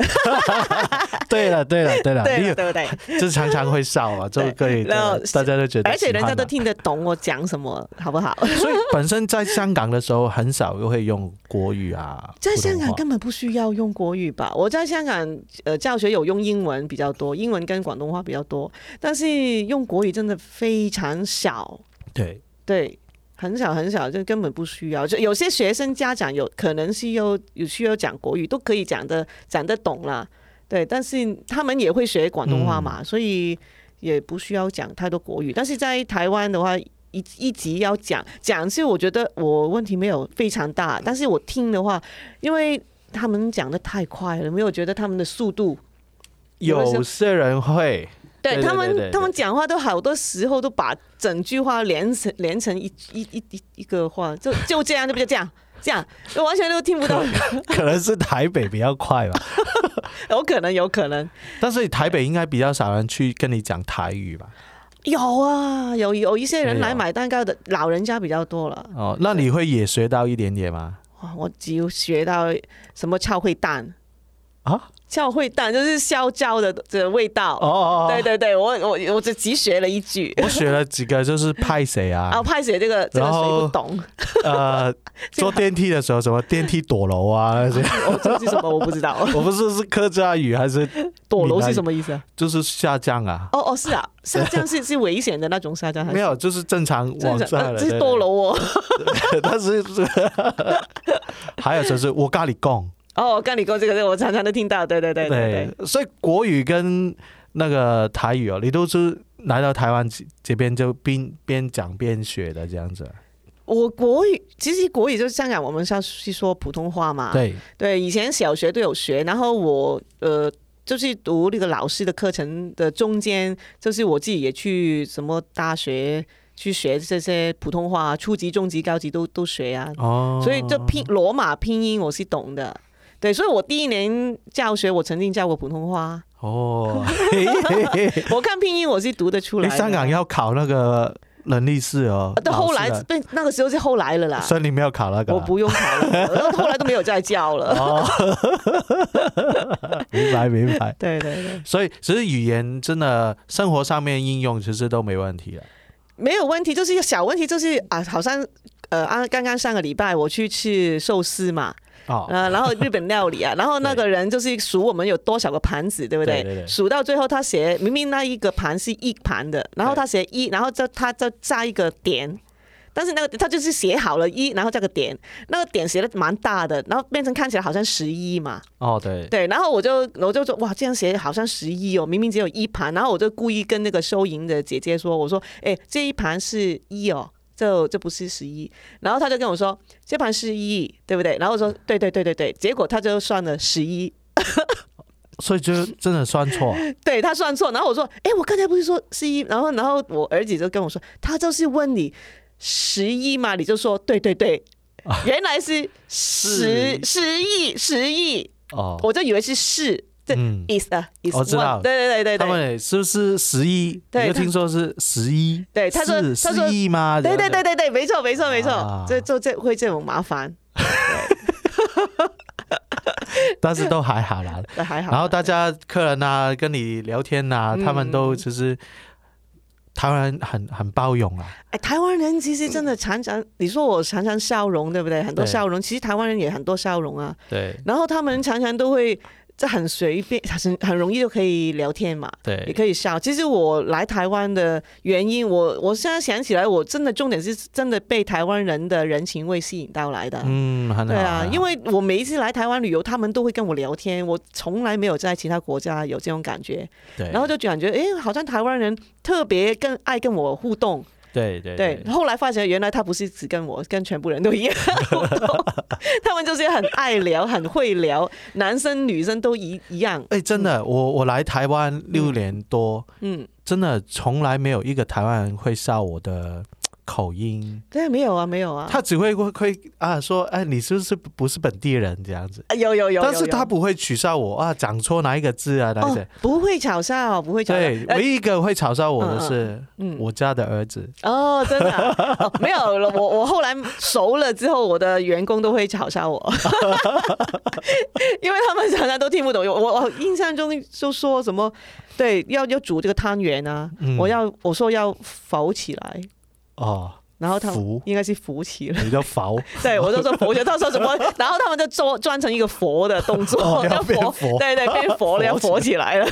Speaker 1: 对了对了对了，
Speaker 2: 对
Speaker 1: 你
Speaker 2: 了
Speaker 1: 有
Speaker 2: 对啊不对？
Speaker 1: 就是常常会笑啊，就
Speaker 2: 对
Speaker 1: 可以
Speaker 2: 然后
Speaker 1: 大家都觉得喜欢嘛， 啊
Speaker 2: 而且人家都听得懂我讲什么，好不好？
Speaker 1: 所以本身在香港的时候很少会用国语啊，
Speaker 2: 在
Speaker 1: 普通
Speaker 2: 香港
Speaker 1: 话
Speaker 2: 根本不需要用国语吧？我在香港呃教学有用英文比较多，英文跟广东话比较多，但是用国语真的非常少，
Speaker 1: 对
Speaker 2: 对，很少很少，就根本不需要。就有些学生家长有可能是有有需要讲国语，都可以讲的讲得懂啦，对，但是他们也会学广东话嘛，所以也不需要讲太多国语。但是在台湾的话，一一集要讲讲，是我觉得我问题没有非常大，但是我听的话，因为他们讲的太快了，没有觉得他们的速度。
Speaker 1: 有些人 会，
Speaker 2: 对
Speaker 1: 对对
Speaker 2: 他
Speaker 1: 对
Speaker 2: 们，他们
Speaker 1: 对
Speaker 2: 讲话都好多时候都把整句话连成连成一一一一一个话，就就这样，对不对？这样这样， 我完全都听不 到。
Speaker 1: 可能是台北比较快吧，
Speaker 2: 有可能，有可能
Speaker 1: 但是台北应该比较少人去跟你讲台语吧？
Speaker 2: 有啊，有有一些人
Speaker 1: 也
Speaker 2: 来
Speaker 1: 有
Speaker 2: 买蛋糕的老人家比较多了。
Speaker 1: 哦，那你会也学到一点点吗？
Speaker 2: 哇，我只有学到什么翘烩蛋
Speaker 1: 啊？
Speaker 2: 翘烩蛋就是烧焦的的味道。
Speaker 1: 哦哦，哦
Speaker 2: 对，对对，我我我只只学了一句。
Speaker 1: 我学了几个，就是派谁啊
Speaker 2: 啊，？派写这个这个
Speaker 1: 然
Speaker 2: 谁
Speaker 1: 后
Speaker 2: 不懂，
Speaker 1: 呃，坐电梯的时候什么电梯躲楼啊那 些，
Speaker 2: 我这是什么我不知道。
Speaker 1: 我不是是客家语还是
Speaker 2: 躲楼是什么意思啊？
Speaker 1: 就是下降啊？
Speaker 2: 哦 哦，是啊，下降是是危险的那种下降，哦还
Speaker 1: 没
Speaker 2: 是
Speaker 1: 有，就是正常
Speaker 2: 真
Speaker 1: 往
Speaker 2: 的
Speaker 1: 上
Speaker 2: 呃
Speaker 1: 了，
Speaker 2: 这
Speaker 1: 对
Speaker 2: 是堕，楼哦。
Speaker 1: 对 但是 还有就是我咖喱贡，
Speaker 2: 哦，我跟你说这个，这个我常常都听到，对对对对对。
Speaker 1: 所以国语跟那个台语哦，你都是来到台湾这这边就边边讲边学的这样子，
Speaker 2: 我国语其实国语就是香港，我们是要去说普通话嘛。
Speaker 1: 对，
Speaker 2: 对，以前小学都有学，然后我呃。就是读那个老师的课程的中间，就是我自己也去什么大学去学这些普通话，初级、中级、高级都都学啊。
Speaker 1: 哦，
Speaker 2: 所以这拼罗马拼音我是懂的，对，所以我第一年教学我曾经教过普通话，
Speaker 1: 哦，嘿嘿嘿嘿
Speaker 2: 我看拼音我是读得出来
Speaker 1: 你
Speaker 2: 的。
Speaker 1: 香港要考那个能力试哦
Speaker 2: 啊，，到后来
Speaker 1: 老师
Speaker 2: 被那个时候是后来了啦
Speaker 1: 的，所以你没有考那个啊，
Speaker 2: 我不用考了，我后来都没有再教 了。
Speaker 1: 哦，明白明白。
Speaker 2: 对对对，
Speaker 1: 所以其实语言真的生活上面应用其实都没问题了。
Speaker 2: 没有问题，就是小问题，就是啊，好像呃，啊，刚刚上个礼拜我去吃寿司嘛，
Speaker 1: 哦，
Speaker 2: 呃，然后日本料 理啊，然后那个人就是数我们有多少个盘子，对不对？
Speaker 1: 对对对
Speaker 2: 数到最后，他写明明那一个盘是一盘的，然后他写一，然后这他再加一个点。但是那个他就是写好了一，然后这个点，那个点写的蛮大的，然后变成看起来好像十一嘛，
Speaker 1: 哦，对，
Speaker 2: 对，然后我就我就说哇，这样写好像十一哦，明明只有一盘，然后我就故意跟那个收银的姐姐说，我说哎、这一盘是一哦。这这不是十一，然后他就跟我说这盘是一，对不对？然后我说对对对对对，结果他就算了十一，
Speaker 1: 所以就真的算错。
Speaker 2: 对他算错。然后我说哎，我刚才不是说是一，然后然后我儿子就跟我说，他就是问你十一嘛，你就说对对对，原来是十十亿十亿，
Speaker 1: 哦，
Speaker 2: 我就以为是是，这
Speaker 1: 嗯，
Speaker 2: is 啊，is
Speaker 1: 我知道
Speaker 2: one 对对对对
Speaker 1: 他
Speaker 2: 对，
Speaker 1: 们是不是十一？你
Speaker 2: 对
Speaker 1: 就
Speaker 2: 他
Speaker 1: 听说是十一，
Speaker 2: 对他说
Speaker 1: 是
Speaker 2: 他说
Speaker 1: 十一吗？
Speaker 2: 对对
Speaker 1: 这
Speaker 2: 对
Speaker 1: 样子，
Speaker 2: 对对，没错没错没
Speaker 1: 啊
Speaker 2: 错，这就这会这种麻烦，
Speaker 1: 但是都还好啦。
Speaker 2: 那还好。嗯
Speaker 1: 然后大家客人啊，跟你聊天啊，他们都其实台湾人很很包容啊。
Speaker 2: 哎，台湾人其实真的常常，你说我常常笑容，对不对？很多
Speaker 1: 对
Speaker 2: 笑容，其实台湾人也很多笑容啊。
Speaker 1: 对
Speaker 2: 然后他们常常都会这很随便，很很容易就可以聊天嘛。也
Speaker 1: 对，
Speaker 2: 可以笑。其实我来台湾的原因，我我现在想起来，我真的重点是真的被台湾人的人情味吸引到来的。
Speaker 1: 嗯，很好。
Speaker 2: 对啊
Speaker 1: 很，好
Speaker 2: 因为我每一次来台湾旅游，他们都会跟我聊天，我从来没有在其他国家有这种感觉，
Speaker 1: 对，
Speaker 2: 然后就感觉哎，诶好像台湾人特别跟爱跟我互动。
Speaker 1: 对对
Speaker 2: 对，后来发现原来他不是只跟我，跟全部人都一样互 动，他们就是很爱聊，很会聊，男生女生都一一样。
Speaker 1: 哎，真的，我我来台湾六年多，
Speaker 2: 嗯，
Speaker 1: 真的从来没有一个台湾人会笑我的口音，
Speaker 2: 对，没有啊，没有啊，
Speaker 1: 他只会会会啊说，哎，你是不是不是本地人这样子？
Speaker 2: 啊有有有，
Speaker 1: 但
Speaker 2: 有
Speaker 1: 是
Speaker 2: 有
Speaker 1: 他不会取笑我啊，讲错哪一个字啊，哪一
Speaker 2: 哦
Speaker 1: 些？
Speaker 2: 不会嘲笑，不会嘲
Speaker 1: 对，
Speaker 2: 笑。呃
Speaker 1: 唯一一个会嘲笑我的是
Speaker 2: 嗯，
Speaker 1: 我家的儿子。
Speaker 2: 哦，真 的啊、哦没有了。我我后来熟了之后，我的员工都会嘲笑我， 因为他们常常都听不懂。我我我印象中就说什么，对，要要煮这个汤圆啊，
Speaker 1: 嗯
Speaker 2: 我要我说要浮起来，
Speaker 1: 哦，
Speaker 2: 然后他们
Speaker 1: 浮
Speaker 2: 应该是浮起来。
Speaker 1: 你的 佛
Speaker 2: 对，我就说佛学，他说什 么，然后他们就做装成一个佛的动作，
Speaker 1: 哦要变佛
Speaker 2: 对对，变 佛了，要
Speaker 1: 佛
Speaker 2: 佛起来了，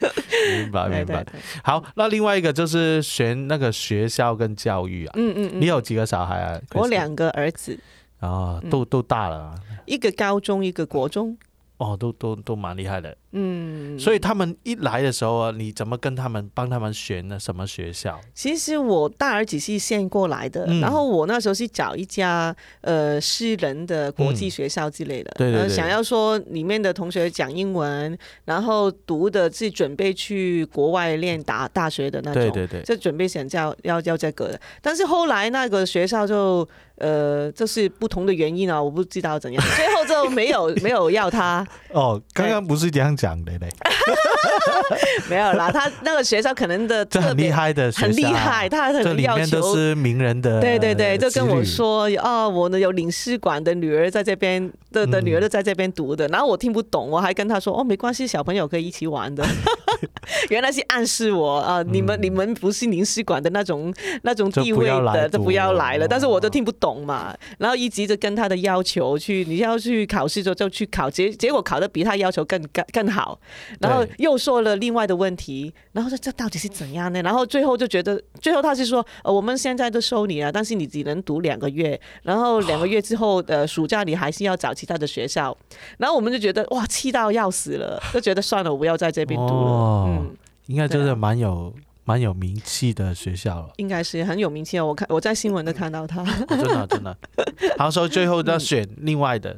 Speaker 1: 明白
Speaker 2: 对
Speaker 1: 明
Speaker 2: 对
Speaker 1: 白。
Speaker 2: 对，
Speaker 1: 好，那另外一个就是选那个学校跟教育啊。
Speaker 2: 嗯嗯
Speaker 1: 你
Speaker 2: 嗯，
Speaker 1: 有几个小孩啊？
Speaker 2: 我
Speaker 1: Kristen？
Speaker 2: 两个嗯儿子，
Speaker 1: 哦，都都大了啊，
Speaker 2: 一个高中，一个国中。
Speaker 1: 哦，都都都蛮厉害的。
Speaker 2: 嗯，
Speaker 1: 所以他们一来的时候啊，你怎么跟他们帮他们选呢？什么学校？
Speaker 2: 其实我大儿子是先过来的，
Speaker 1: 嗯
Speaker 2: 然后我那时候是找一家呃私人的国际学校之类的，
Speaker 1: 嗯对对对
Speaker 2: 呃想要说里面的同学讲英文，然后读的是准备去国外念大大学的那种，
Speaker 1: 对对对，
Speaker 2: 就准备想要要要这个的，但是后来那个学校就呃就是不同的原因啊，我不知道怎样，最后就没有 没有要他，
Speaker 1: 哦，刚刚不是这样讲的嘞，
Speaker 2: 没有啦，他那个学校可能的
Speaker 1: 这
Speaker 2: 特
Speaker 1: 很厉
Speaker 2: 别。
Speaker 1: 害的学校，啊
Speaker 2: 很厉害，，他
Speaker 1: 这
Speaker 2: 很
Speaker 1: 里
Speaker 2: 要
Speaker 1: 面
Speaker 2: 求
Speaker 1: 都是名人的，
Speaker 2: 对对对，
Speaker 1: 呃
Speaker 2: 就跟我
Speaker 1: 子女
Speaker 2: 说哦，我呢有领事馆的女儿在这边的的
Speaker 1: 嗯
Speaker 2: 女儿都在这边读的，然后我听不懂，我还跟她说哦，没关系，小朋友可以一起 玩的。原来是暗示我啊、你们、你们不是领事馆的那种那种
Speaker 1: 嗯就
Speaker 2: 地
Speaker 1: 不
Speaker 2: 位
Speaker 1: 要来
Speaker 2: 的，就
Speaker 1: 读啊
Speaker 2: 不要来了。但是我都
Speaker 1: 哦
Speaker 2: 听不懂嘛，然后一直就跟他的要求去，你要去考试就就去考，结结果考的比他要求更更更好，然后
Speaker 1: 对
Speaker 2: 又说了另外的问题，然后说这到底是怎样呢？然后最后就觉得，最后他是说，呃，我们现在都收你了，但是你只能读两个月，然后两个月之后，呃，暑假你还是要找其他的学校。然后我们就觉得哇，气到要死了，就觉得算了，我不要在这边读了。
Speaker 1: 哦
Speaker 2: 嗯，
Speaker 1: 应该就
Speaker 2: 对
Speaker 1: 是
Speaker 2: 啊，
Speaker 1: 蛮有蛮有名气的学校了
Speaker 2: 应该是很有名气哦，我看我在新闻都看到 他。
Speaker 1: 哦真的啊真的。然后说最后要选另外的，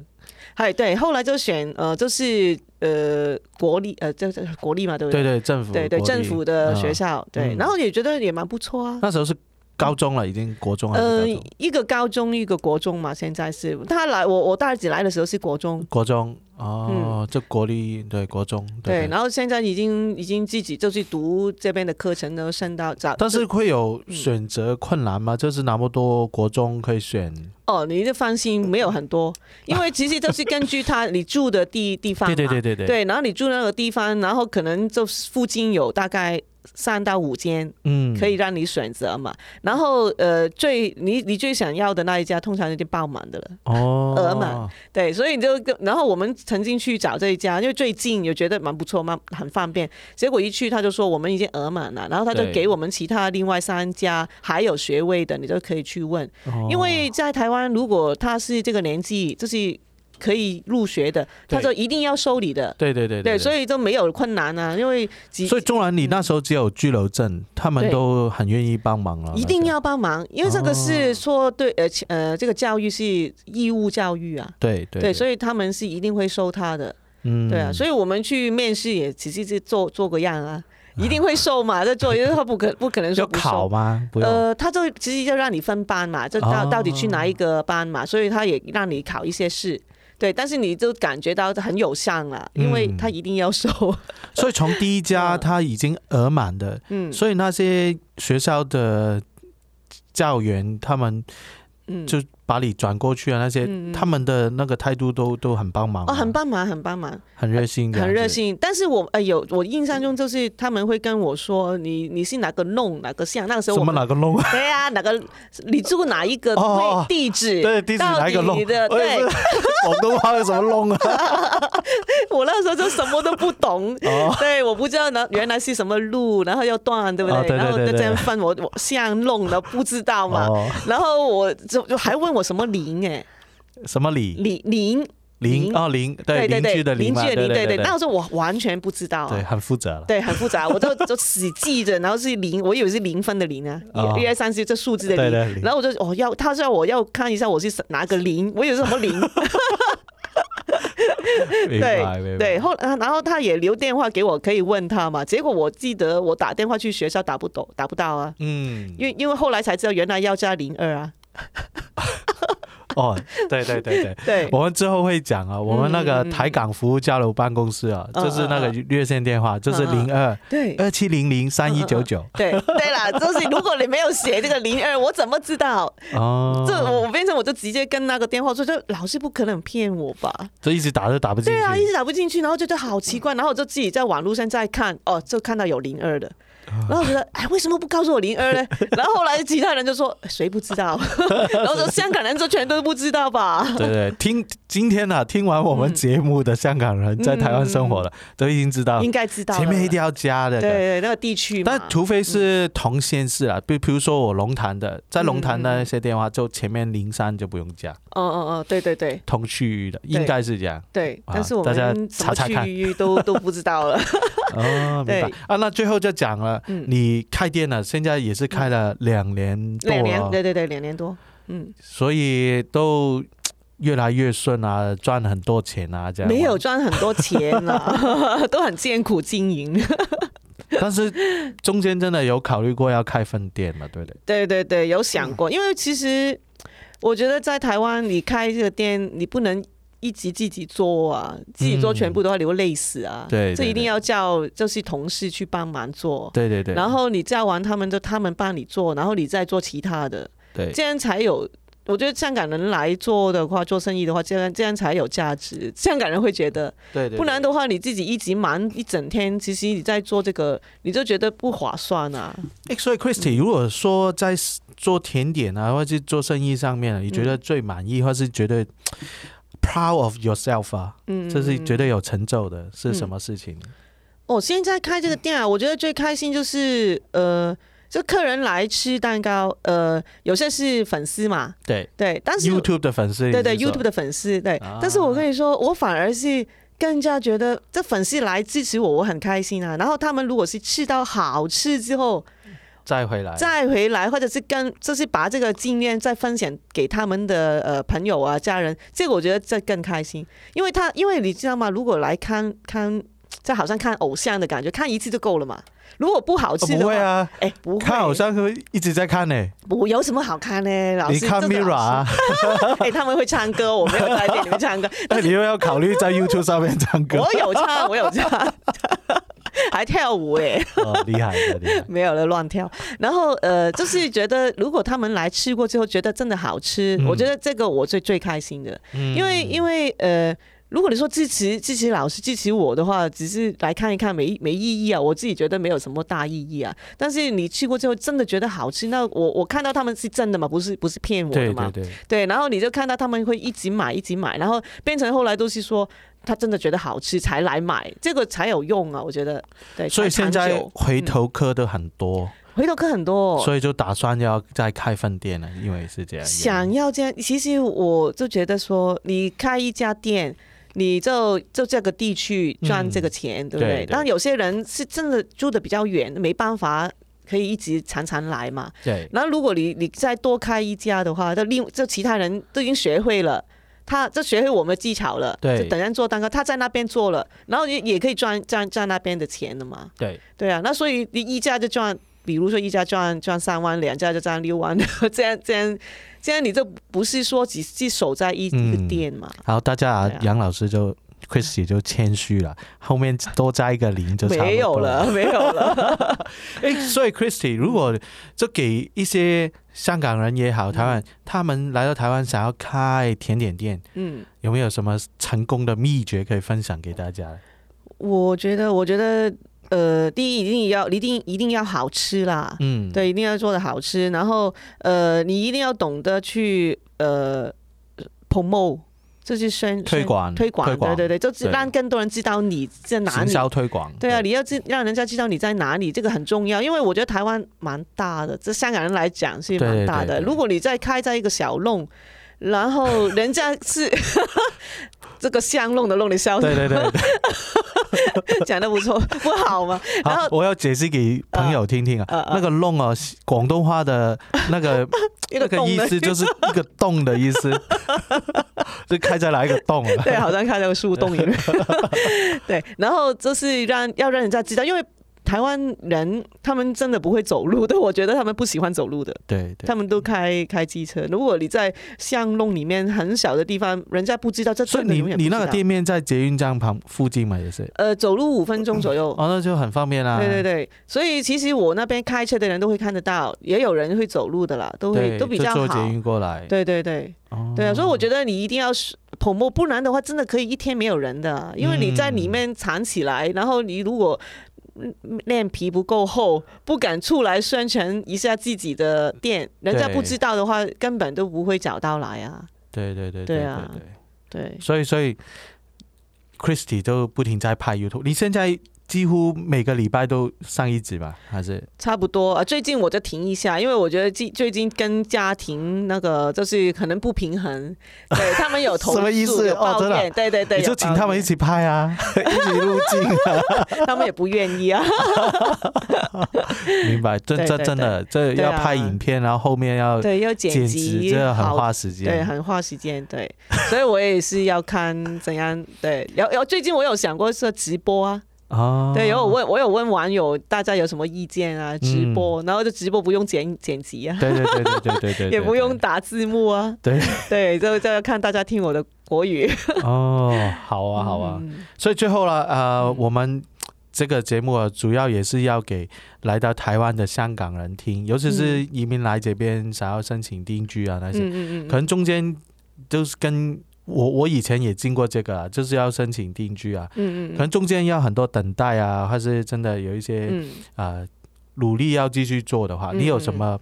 Speaker 2: 还对，后来就选呃，就是呃国立呃，这这国立嘛，对不
Speaker 1: 对
Speaker 2: 对？
Speaker 1: 对，政府
Speaker 2: 对
Speaker 1: 国立
Speaker 2: 政府的学。
Speaker 1: 嗯
Speaker 2: 校，对，
Speaker 1: 嗯
Speaker 2: 然后也觉得也蛮不错啊。
Speaker 1: 那时候是高中了，已经国中还是
Speaker 2: 呃
Speaker 1: 高中？，
Speaker 2: 一个高中，一个国中嘛，现在是他来我我大儿子来的时候是国中，
Speaker 1: 国中哦，这国立对国中
Speaker 2: 嗯对，然后现在已经已经自己就去读这边的课程了，升到早。
Speaker 1: 但是
Speaker 2: 就
Speaker 1: 会有选择困难
Speaker 2: 嗯
Speaker 1: 吗？就是那么多国中可以选，
Speaker 2: 哦，你就放心，没有很 多，因为其实就是根据他你住的地地方嘛，
Speaker 1: 对对对对对，
Speaker 2: 对然后你住那个地方，然后可能就是附近有大概三到五间
Speaker 1: 嗯，
Speaker 2: 可以让你选择嘛，然后呃最你你最想要的那一家通常已经爆满的了。
Speaker 1: 哦，
Speaker 2: 额满对，所以你就跟然后我们曾经去找这一家，因为最近也觉得蛮不错，蛮很方便。结果一去他就说我们已经额满了，然后他就
Speaker 1: 对
Speaker 2: 给我们其他另外三家还有学位的，你就可以去问。
Speaker 1: 哦，
Speaker 2: 因为在台湾，如果他是这个年纪，就是可以入学的，他
Speaker 1: 对
Speaker 2: 就一定要收你的。
Speaker 1: 对对对
Speaker 2: 对，
Speaker 1: 以
Speaker 2: 所以都没有困难啊，因为几
Speaker 1: 所以纵然你那时候只有居留证，他们
Speaker 2: 对
Speaker 1: 都很愿意帮忙了，哦
Speaker 2: 一定要帮忙，因为这个是说对，呃呃，这个教育是义务教育啊，
Speaker 1: 那时候对对
Speaker 2: 对，所以他们是一定会收他的。
Speaker 1: 嗯
Speaker 2: 对啊，所以我们去面试也只是是做做个样 啊，一定会瘦嘛，这做，因为他不可不可能说
Speaker 1: 要
Speaker 2: 不
Speaker 1: 考
Speaker 2: 瘦。
Speaker 1: 吗？不用，
Speaker 2: 呃，他就其实就让你分班嘛，就到、
Speaker 1: 哦
Speaker 2: 到底去哪一个班嘛，所以他也让你考一些试，对，但是你就感觉到很有上了，因为
Speaker 1: 嗯
Speaker 2: 他一定要 瘦，
Speaker 1: 所以从第一家
Speaker 2: 嗯
Speaker 1: 他已经额满的，
Speaker 2: 嗯
Speaker 1: 所以那些学校的教员他们
Speaker 2: 嗯，
Speaker 1: 就把你转过去啊，那些、
Speaker 2: 嗯嗯
Speaker 1: 他们的那个态度都都很帮忙、啊
Speaker 2: 哦，很，帮忙，很帮忙。
Speaker 1: 很热心，
Speaker 2: 很热。心，但是我呃有我印象中就是他们会跟我说你你是哪个弄哪个像，那个时候
Speaker 1: 什
Speaker 2: 我
Speaker 1: 么
Speaker 2: 们
Speaker 1: 哪个弄？
Speaker 2: 对啊哪个你住哪一个
Speaker 1: 哦
Speaker 2: 位地址，
Speaker 1: 对，地址
Speaker 2: 到
Speaker 1: 哪一个
Speaker 2: 底
Speaker 1: 弄？
Speaker 2: 你的
Speaker 1: 我也
Speaker 2: 对
Speaker 1: 是，广东话有什么弄 啊？，
Speaker 2: 我那时候就什么都不懂
Speaker 1: 哦，
Speaker 2: 对，我不知道呢，原来是什么路，然后要断，对不对？
Speaker 1: 哦对对
Speaker 2: 然后
Speaker 1: 对
Speaker 2: 就
Speaker 1: 对
Speaker 2: 这样分我我像弄的不知道嘛，
Speaker 1: 哦，
Speaker 2: 然后我就就还问我什么邻哎
Speaker 1: 什么李
Speaker 2: 邻邻，
Speaker 1: 邻
Speaker 2: 邻
Speaker 1: 哦邻，
Speaker 2: 对对
Speaker 1: 邻
Speaker 2: 对，
Speaker 1: 居的
Speaker 2: 邻
Speaker 1: 嘛，
Speaker 2: 居的
Speaker 1: 对
Speaker 2: 邻，
Speaker 1: 对，
Speaker 2: 对那时候我完全不知道啊、
Speaker 1: 对很复杂了。
Speaker 2: 对，很复杂，我就就死记着，然后是零，我以为是零分的零啊，
Speaker 1: 哦
Speaker 2: 一一二三四这数字的
Speaker 1: 对
Speaker 2: 零，
Speaker 1: 对零
Speaker 2: 然后我就哦要，他说我要看一下我是哪个零，我有什么零，
Speaker 1: 明白
Speaker 2: 对
Speaker 1: 明白
Speaker 2: 对，后啊然后他也留电话给我，可以问他嘛。结果我记得我打电话去学校打不懂，打不到啊，
Speaker 1: 嗯，
Speaker 2: 因为因为后来才知道原来要加零二啊。
Speaker 1: 哦，对对对 对。
Speaker 2: 对，
Speaker 1: 我们之后会讲啊，我们那个
Speaker 2: 嗯嗯嗯
Speaker 1: 台港服务交流办公室啊，
Speaker 2: 嗯
Speaker 1: 就是那个
Speaker 2: 嗯
Speaker 1: 热线电话，就是
Speaker 2: 嗯
Speaker 1: 零二
Speaker 2: 对
Speaker 1: 二七零零三一九九
Speaker 2: 对对啦，就是如果你没有写这个零二，我怎么知道？
Speaker 1: 哦，
Speaker 2: 嗯这我我变成我就直接跟那个电话说，就老师不可能骗我吧？
Speaker 1: 这一直打都打不进
Speaker 2: 对啊，一
Speaker 1: 去，嗯
Speaker 2: 直打不进去，然后觉得好奇怪，然后我就自己在网络上再看，哦，就看到有零二的，
Speaker 1: 啊
Speaker 2: 然后我 觉得，哎，为 什么不告诉我零二呢？然后后来其他人就说，哎谁不知道？然后说香港人就全都都不知道吧？
Speaker 1: 对对，听今天呢、啊，听完我们节目的香港人在台湾生活了，都已经知道
Speaker 2: 嗯应该知道
Speaker 1: 啊
Speaker 2: 了。
Speaker 1: 前面一定要加的。
Speaker 2: 对对那个地区嘛，
Speaker 1: 但除非是同县市啊，比比如说我龙潭的，在龙潭
Speaker 2: 嗯
Speaker 1: 那些电话就前面零三就不用加，
Speaker 2: 哦哦哦，对对对
Speaker 1: 同区域的应该是这样。
Speaker 2: 对，
Speaker 1: 啊
Speaker 2: 但是我
Speaker 1: 大家
Speaker 2: 们什
Speaker 1: 查
Speaker 2: 么
Speaker 1: 查看
Speaker 2: 区域都都不知道了。
Speaker 1: 哦，明
Speaker 2: 对
Speaker 1: 白啊。那最后就讲了，
Speaker 2: 嗯
Speaker 1: 你开店了，现在也是开了两年 多啊
Speaker 2: 两
Speaker 1: 了
Speaker 2: 年，，对对对，两年多。嗯，
Speaker 1: 所以都越来越顺啊，赚很多钱啊，这样。
Speaker 2: 没有，赚很多钱了， 都很艰苦经营。
Speaker 1: 但是中间真的有考虑过要开分店嘛， 对不对？
Speaker 2: 对对对，有想过，因为其实我觉得在台湾，你开这个店，你不能一直自己做啊，自己做全部的话，你会累死啊。
Speaker 1: 嗯对对
Speaker 2: 这一定
Speaker 1: 对
Speaker 2: 要叫就是同事去帮忙做。
Speaker 1: 对对对。
Speaker 2: 然后你叫完他们，就他们帮你做，然后你再做其他的，
Speaker 1: 对
Speaker 2: 这样才有。我觉得香港人来做的话，做生意的话，这样这样才有价值。香港人会觉得，
Speaker 1: 对对，
Speaker 2: 不然的话你自己一直忙一整天，其实你在做这个，你就觉得不划算啊。
Speaker 1: 诶所以 Christy，如果说在做甜点啊，或者是做生意上面，你觉得最满意，或是觉得 proud of yourself 啊，
Speaker 2: 嗯，
Speaker 1: 这是觉得有成就的，是什么事情？
Speaker 2: 我、哦现在开这个
Speaker 1: 嗯
Speaker 2: 店啊，我觉得最开心就是呃，就客人来吃蛋糕，呃，有些是粉丝嘛，
Speaker 1: 对
Speaker 2: 对，但是
Speaker 1: ，YouTube 的粉丝，
Speaker 2: 对对
Speaker 1: 你是说
Speaker 2: YouTube 的粉丝，对，
Speaker 1: 啊
Speaker 2: 但是我跟你说，我反而是更加觉得这粉丝来支持我，我很开心啊。然后他们如果是吃到好吃之后
Speaker 1: 再回来，
Speaker 2: 再回来，或者是跟就是把这个经验再分享给他们的呃朋友啊、家人，这个我觉得这更开心，因为他因为你知道吗？如果来看看。这好像看偶像的感觉，看一次就够了嘛。如果不好
Speaker 1: 哦
Speaker 2: 吃的
Speaker 1: 不
Speaker 2: 话，
Speaker 1: 会啊，
Speaker 2: 哎、不会，
Speaker 1: 看好像会一直在看呢、
Speaker 2: 不有什么好看呢？老师，
Speaker 1: 你看
Speaker 2: 这个
Speaker 1: Mira，
Speaker 2: 老
Speaker 1: 啊
Speaker 2: 师 哎、他们会唱歌，我没有在店里面 唱歌，
Speaker 1: 那你又要考虑在 YouTube 上面唱歌，
Speaker 2: 我有唱，我有唱， 还跳舞哎、
Speaker 1: 哦，厉害的，厉害。
Speaker 2: 没有了乱跳。然后呃，就是觉得如果他们来吃过之后，觉得真的好吃，
Speaker 1: 嗯
Speaker 2: 我觉得这个我最最开心的，
Speaker 1: 嗯
Speaker 2: 因为因为呃。如果你说支持支持老师支持我的话，只是来看一看没没意义啊，我自己觉得没有什么大意义啊。但是你去过之后真的觉得好吃，那我我看到他们是真的嘛，不是不是骗我的
Speaker 1: 对
Speaker 2: 嘛
Speaker 1: 嗯对，对，
Speaker 2: 对，然后你就看到他们会一直买，一直买，然后变成后来都是说他真的觉得好吃才来买，这个才有用啊，我觉得。对，
Speaker 1: 所以
Speaker 2: 才
Speaker 1: 现
Speaker 2: 长
Speaker 1: 在
Speaker 2: 久
Speaker 1: 回头客都很多，
Speaker 2: 回头客很多、哦
Speaker 1: 所以就打算要再开分店了，因为是这样。
Speaker 2: 想要这样，其实我就觉得说，你开一家店。你就就这个地区赚这个钱，对不
Speaker 1: 对对
Speaker 2: 对？但有些人是真的住的比较远，没办法，可以一直常常来嘛。
Speaker 1: 对
Speaker 2: 然后如果你你再多开一家的话，那另就其他人都已经学会了。他就学会我们的技巧了，
Speaker 1: 对
Speaker 2: 就等人做蛋糕，他在那边做了，然后也也可以赚赚赚那边的钱了嘛，
Speaker 1: 对，
Speaker 2: 对啊，那所以你一家就赚，比如说一家赚赚三万，两家就赚六万， 这样这样这样你就不是说只是守在一、一
Speaker 1: 嗯
Speaker 2: 个店嘛，
Speaker 1: 好，大家啊
Speaker 2: 对啊，
Speaker 1: 杨老师就 Chris 就谦虚了，后面多加一个零就差不多
Speaker 2: 没有了。 没有了，
Speaker 1: 哎，所以 Christy 如果就给一些香港人也好，台湾他们来到台湾想要开甜点店，
Speaker 2: 嗯，
Speaker 1: 有没有什么成功的秘诀可以分享给大家？
Speaker 2: 我觉得我觉得呃，第一一定要一定一定要好吃啦，
Speaker 1: 嗯，
Speaker 2: 对，一定要做的好吃。然后呃，你一定要懂得去呃 promote，就是宣
Speaker 1: 推
Speaker 2: 宣
Speaker 1: 广
Speaker 2: 推广，
Speaker 1: 推广
Speaker 2: 对对对，就是
Speaker 1: 对
Speaker 2: 让更多人知道你在哪
Speaker 1: 行
Speaker 2: 里。
Speaker 1: 销推广。
Speaker 2: 对啊，，你要知让人家知道你在哪里，这个很重要，因为我觉得台湾蛮大的，这香港人来讲是
Speaker 1: 对对
Speaker 2: 蛮大的。
Speaker 1: 对
Speaker 2: 如果你在开在一个小弄，然后人家是 这个巷弄的弄，你笑
Speaker 1: 对对对，
Speaker 2: 讲的不错，不好吗？ 然
Speaker 1: 好
Speaker 2: 后，
Speaker 1: 我要解释给朋友听听啊，
Speaker 2: 呃呃
Speaker 1: 那个弄啊，广东话的那 个
Speaker 2: 一
Speaker 1: 那
Speaker 2: 个
Speaker 1: 个
Speaker 2: 洞
Speaker 1: 意
Speaker 2: 的
Speaker 1: 思就是一个洞的意思， 就开在哪一个洞 啊？
Speaker 2: 对，好像看那个树洞里 面。对，然后就是让要让人家知道，因为台湾人他们真的不会走路的，我觉得他们不喜欢走路的，
Speaker 1: 对对
Speaker 2: 他。们都开开机车。如果你在巷弄里面很小的地方，人家不知道，这
Speaker 1: 所以
Speaker 2: 真的
Speaker 1: 你
Speaker 2: 永远不
Speaker 1: 你
Speaker 2: 知
Speaker 1: 那
Speaker 2: 道
Speaker 1: 个店面在捷运站旁附近嘛，也是
Speaker 2: 呃，走路五分钟左右。
Speaker 1: 哦，那就很方便啦、
Speaker 2: 对对对，所以其实我那边开车的人都会看得到，也有人会走路的啦，都会
Speaker 1: 对，
Speaker 2: 都比较
Speaker 1: 就坐捷
Speaker 2: 好。
Speaker 1: 运过来。
Speaker 2: 对对对，
Speaker 1: 哦
Speaker 2: 对啊，所以我觉得你一定要是 promo，不然的话真的可以一天没有人的，因为你在里面藏起来，然后你如果嗯脸皮不够厚，不敢出来宣传一下自己的店，人家
Speaker 1: 对
Speaker 2: 不知道的话，根本都不会找到来啊。
Speaker 1: 对对对
Speaker 2: 对
Speaker 1: 对
Speaker 2: 啊
Speaker 1: 对对。
Speaker 2: 对，
Speaker 1: 所以所以 Christy 都不停在拍 YouTube，你现在几乎每个礼拜都上一集吧？还是
Speaker 2: 差不多。呃最近我就停一下，因为我觉得最最近跟家庭那个就是可能不平衡， 对他们有投诉，
Speaker 1: 什么意思
Speaker 2: 有
Speaker 1: 哦
Speaker 2: 抱
Speaker 1: 真的啊
Speaker 2: 怨，对对对，
Speaker 1: 你就
Speaker 2: 有
Speaker 1: 请
Speaker 2: 抱
Speaker 1: 他们一
Speaker 2: 怨，
Speaker 1: 起拍 啊，一起入镜啊？
Speaker 2: 他们也不愿 意啊。
Speaker 1: 明白？真
Speaker 2: 对
Speaker 1: 真
Speaker 2: 对
Speaker 1: 真的，这
Speaker 2: 对啊
Speaker 1: 要拍影片，然后后面要
Speaker 2: 对，要
Speaker 1: 剪
Speaker 2: 辑，
Speaker 1: 辑，这很
Speaker 2: 好
Speaker 1: 花时间。
Speaker 2: 对，很花时间，对，所以我也是要看怎样， 对，然后然后最近我有想过是直播啊，
Speaker 1: 哦，嗯
Speaker 2: 对，有我问我有问网友大家有什么意见啊，直播，然后就直播不用剪剪辑啊，
Speaker 1: 对对对对对对对，
Speaker 2: 也不
Speaker 1: 对
Speaker 2: 用打字幕啊，
Speaker 1: 对
Speaker 2: 对，就就要看大家听我的国语，
Speaker 1: 哦，好啊好啊，
Speaker 2: 嗯
Speaker 1: 所以最后了，呃，我们这个节目啊，主要也是要给来到台湾的香港人听，尤其是移民来这边想要申请定居啊那些，
Speaker 2: 嗯嗯嗯
Speaker 1: 可
Speaker 2: 嗯，
Speaker 1: 能中间都是跟我我以前也经过这个啊，就是要申请定居啊，
Speaker 2: 嗯
Speaker 1: 可
Speaker 2: 嗯嗯
Speaker 1: 能中间要很多等待啊，还是真的有一些、
Speaker 2: 嗯，
Speaker 1: 呃努力要继续做的话，
Speaker 2: 嗯
Speaker 1: 你有什么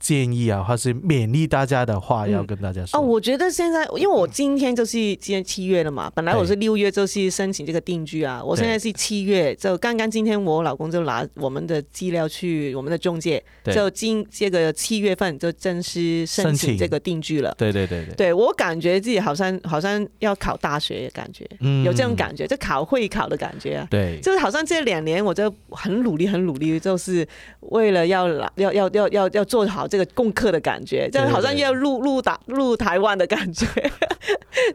Speaker 1: 建议啊，或是勉励大家的话要
Speaker 2: 嗯
Speaker 1: 跟大家说？
Speaker 2: 哦，我觉得现在，因为我今天就是今天七月了嘛，本来我是六月就是申请这个定居啊，我现在是七月，就刚刚今天我老公就拿我们的资料去我们的中介，
Speaker 1: 对
Speaker 2: 就今这个七月份就正式申
Speaker 1: 申
Speaker 2: 请
Speaker 1: 请
Speaker 2: 这个定居了。
Speaker 1: 对对对对，
Speaker 2: 对我感觉自己好像好像要考大学的感觉，
Speaker 1: 嗯
Speaker 2: 有这种感觉，就考会考的感觉啊。
Speaker 1: 对，
Speaker 2: 就是好像这两年我就很努力，很努力，就是为了要拿要要要要要做好这个功课的感觉，就
Speaker 1: 对对
Speaker 2: 好像要入入大入台湾的感觉，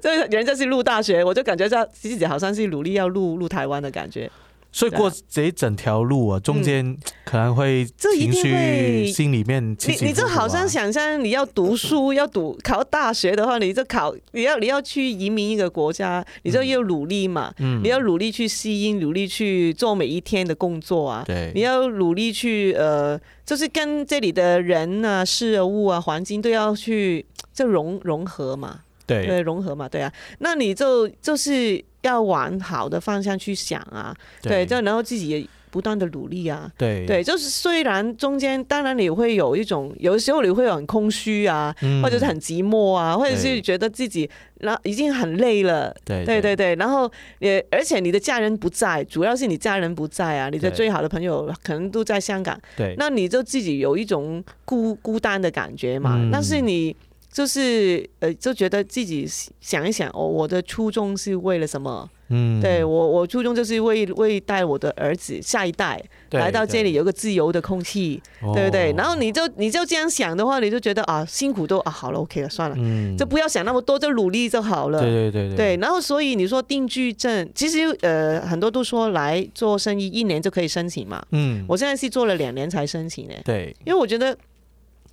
Speaker 2: 就是人家是入大学，我就感觉到自己好像是努力要入入台湾的感觉，
Speaker 1: 所以过
Speaker 2: 啊
Speaker 1: 这一整条路啊，中
Speaker 2: 嗯
Speaker 1: 间可能会
Speaker 2: 这一
Speaker 1: 情
Speaker 2: 定
Speaker 1: 绪、
Speaker 2: 会
Speaker 1: 心里面起
Speaker 2: 你
Speaker 1: 起
Speaker 2: 你
Speaker 1: 伏伏
Speaker 2: 就
Speaker 1: 啊
Speaker 2: 好像想象你要读 书，要读考大学的话，你就考你要你要去移民一个国家，你就要努力嘛，
Speaker 1: 嗯
Speaker 2: 你要努力去适应，努力去做每一天的工作啊。你
Speaker 1: 对，
Speaker 2: 要努力去呃，就是跟这里的人啊、事啊、物啊、环境都要去就融融合嘛，
Speaker 1: 对
Speaker 2: 对，融合嘛，对啊。那你就就是要往好的方向去想啊，对，就然后自己也不断的努力啊。
Speaker 1: 对
Speaker 2: 对，就是虽然中间当然你会有一种，有的时候你会很空虚啊，
Speaker 1: 嗯
Speaker 2: 或者是很寂寞啊，或者是
Speaker 1: 对
Speaker 2: 觉得自己那已经很累了，
Speaker 1: 对
Speaker 2: 对对对，然后也而且你的家人不在，主要是你家人不在啊，你的
Speaker 1: 对
Speaker 2: 最好的朋友可能都在香港，
Speaker 1: 对
Speaker 2: 那你就自己有一种孤孤单的感觉嘛。
Speaker 1: 嗯
Speaker 2: 但是你就是呃，就觉得自己想一想，哦，我的初衷是为了什么？
Speaker 1: 嗯
Speaker 2: 对我，我初衷就是为为带我的儿子下一代
Speaker 1: 对哦
Speaker 2: 来到这里，有个自由的空气，对不对？然后
Speaker 1: 你
Speaker 2: 你就你就这样想的话，你就觉得啊，辛苦都啊好了，OK 了，算了，
Speaker 1: 嗯
Speaker 2: 就不要想那么多，就努力就好了。
Speaker 1: 对对对
Speaker 2: 对，然后所以你说定居证，其实呃很多都说来做生意一年就可以申请嘛。
Speaker 1: 嗯
Speaker 2: 我现在是做了两年才申请的，
Speaker 1: 对
Speaker 2: 因为我觉得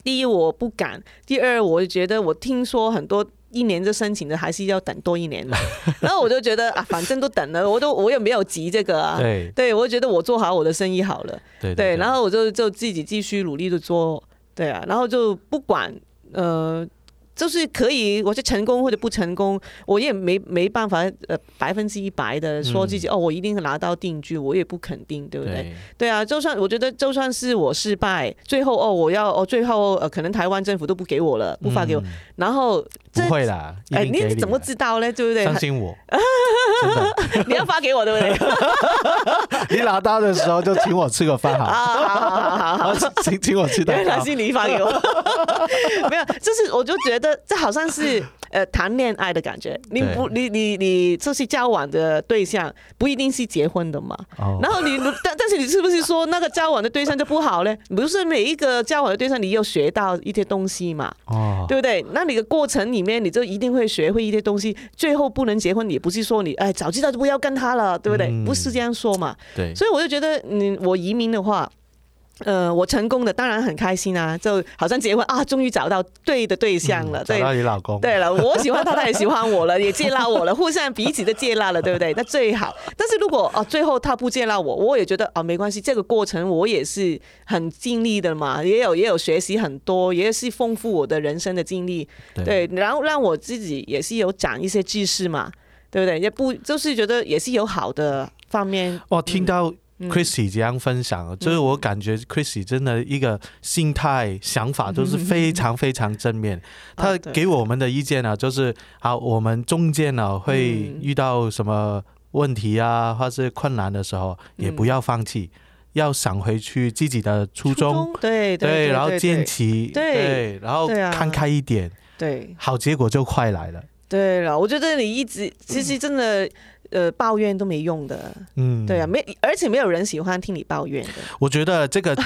Speaker 2: 第一我不敢，第二我觉得我听说很多。一年就申请的，还是要等多一年 嘛。然后我就觉得啊，反正都等了，我都我也没有急这个啊。
Speaker 1: 对
Speaker 2: 我就觉得我做好我的生意好了。
Speaker 1: 对
Speaker 2: 对，然后我就就自己继续努力的做，对啊，然后就不管呃，就是可以，我是成功或者不成功，我也没没办法呃百分之一百的说自己、哦，我一定拿到定居，我也不肯定，对不
Speaker 1: 嗯
Speaker 2: 对？
Speaker 1: 对嗯
Speaker 2: 对啊，就算我觉得就算是我失败，最后哦，我要哦，最后呃，可能台湾政府都不给我了，不发给我，
Speaker 1: 嗯
Speaker 2: 然后这
Speaker 1: 不会啦，
Speaker 2: 哎，
Speaker 1: 一定给啊
Speaker 2: 你怎么
Speaker 1: 的
Speaker 2: 知道嘞？对不对？
Speaker 1: 相信我？真的，
Speaker 2: 你要发给我，对不 对？
Speaker 1: 你拿到的时候就请我吃个饭
Speaker 2: 啊，
Speaker 1: 好，
Speaker 2: 好好好好好。
Speaker 1: 啊请请我 吃蛋
Speaker 2: 原来
Speaker 1: 糕，
Speaker 2: 是你发给我，没有，就是我就觉得这好像是呃谈恋爱的感觉。你不，你你你就是交往的对象不一定是结婚的嘛。
Speaker 1: 哦
Speaker 2: 然后你但但是你是不是说那个交往的对象就不好呢？不是每一个交往的对象你有学到一些东西嘛，
Speaker 1: 哦
Speaker 2: 对不对？那你的过程里面你就一定会学会一些东西。最后不能结婚也不是说你哎早知道就不要跟他了，对不对？
Speaker 1: 嗯
Speaker 2: 不是这样说嘛。
Speaker 1: 对
Speaker 2: 所以我就觉得，嗯，我移民的话。呃，我成功的当然很开心啊，就好像结婚啊，终于找到对的对象了，
Speaker 1: 嗯找
Speaker 2: 对
Speaker 1: 到你老公，
Speaker 2: 对了，我喜欢他，他也喜欢我了，也接纳我了，互相彼此的接纳了，对不 对？那最好。但是如果啊，最后他不接纳我，我也觉得啊，没关系，这个过程我也是很尽力的嘛，也有也有学习很多，也是丰富我的人生的经历，
Speaker 1: 嗯
Speaker 2: 对，然后让我自己也是有长一些知识嘛，对不对？也不就是觉得也是有好的方面，
Speaker 1: 哦
Speaker 2: 嗯
Speaker 1: 哇，听到 Chrissy 这样分享，就是我感觉 Chrissy 真的一个心态、想法都是非常非常正面。他
Speaker 2: 啊对
Speaker 1: 给我们的意见呢、就是啊，我们中间呢、会遇到什么问题啊，或是困难的时候，
Speaker 2: 嗯
Speaker 1: 也不要放弃，要想回去自己的初衷，
Speaker 2: 对对，
Speaker 1: 然后
Speaker 2: 对
Speaker 1: 坚，持，
Speaker 2: 对
Speaker 1: 对，然后
Speaker 2: 对啊
Speaker 1: 看开一点，
Speaker 2: 对对
Speaker 1: 好结果就快来了。
Speaker 2: 对了，我觉得你一直其实真的。呃，抱怨都没用的，
Speaker 1: 嗯，
Speaker 2: 对啊，没，而且没有人喜欢听你抱怨的，
Speaker 1: 我觉得这个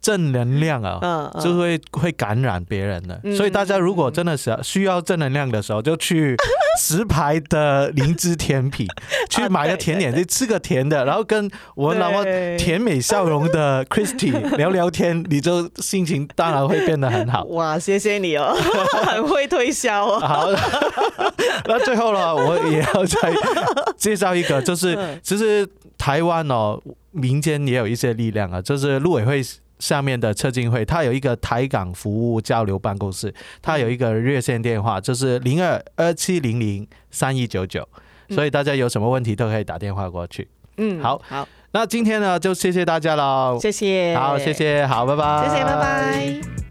Speaker 1: 正能量 啊，
Speaker 2: 嗯，嗯
Speaker 1: 就会会感染别人的。
Speaker 2: 嗯
Speaker 1: 所以大家如果真的是需要正能量的时候，就去石牌的灵芝甜 品去买个甜点，
Speaker 2: 啊
Speaker 1: 就吃个甜的，然后跟我们那么
Speaker 2: 对
Speaker 1: 甜美笑容的 Christy 聊聊天，你就心情当然会变得很好。
Speaker 2: 哇，谢谢你哦， 很会推销哦。
Speaker 1: 好，那最后呢，我也要再介绍一个，就是
Speaker 2: 嗯
Speaker 1: 其实台湾哦，民间也有一些力量啊，就是陆委会下面的策进会，它有一个台港服务交流办公室，它有一个热线电话，就是零二二七零零三一九九，所以大家有什么问题都可以打电话过去。
Speaker 2: 嗯，
Speaker 1: 好
Speaker 2: 好，
Speaker 1: 那今天呢，就谢谢大家了，
Speaker 2: 谢谢，
Speaker 1: 好，谢，谢，好，拜拜，
Speaker 2: 谢谢，拜拜。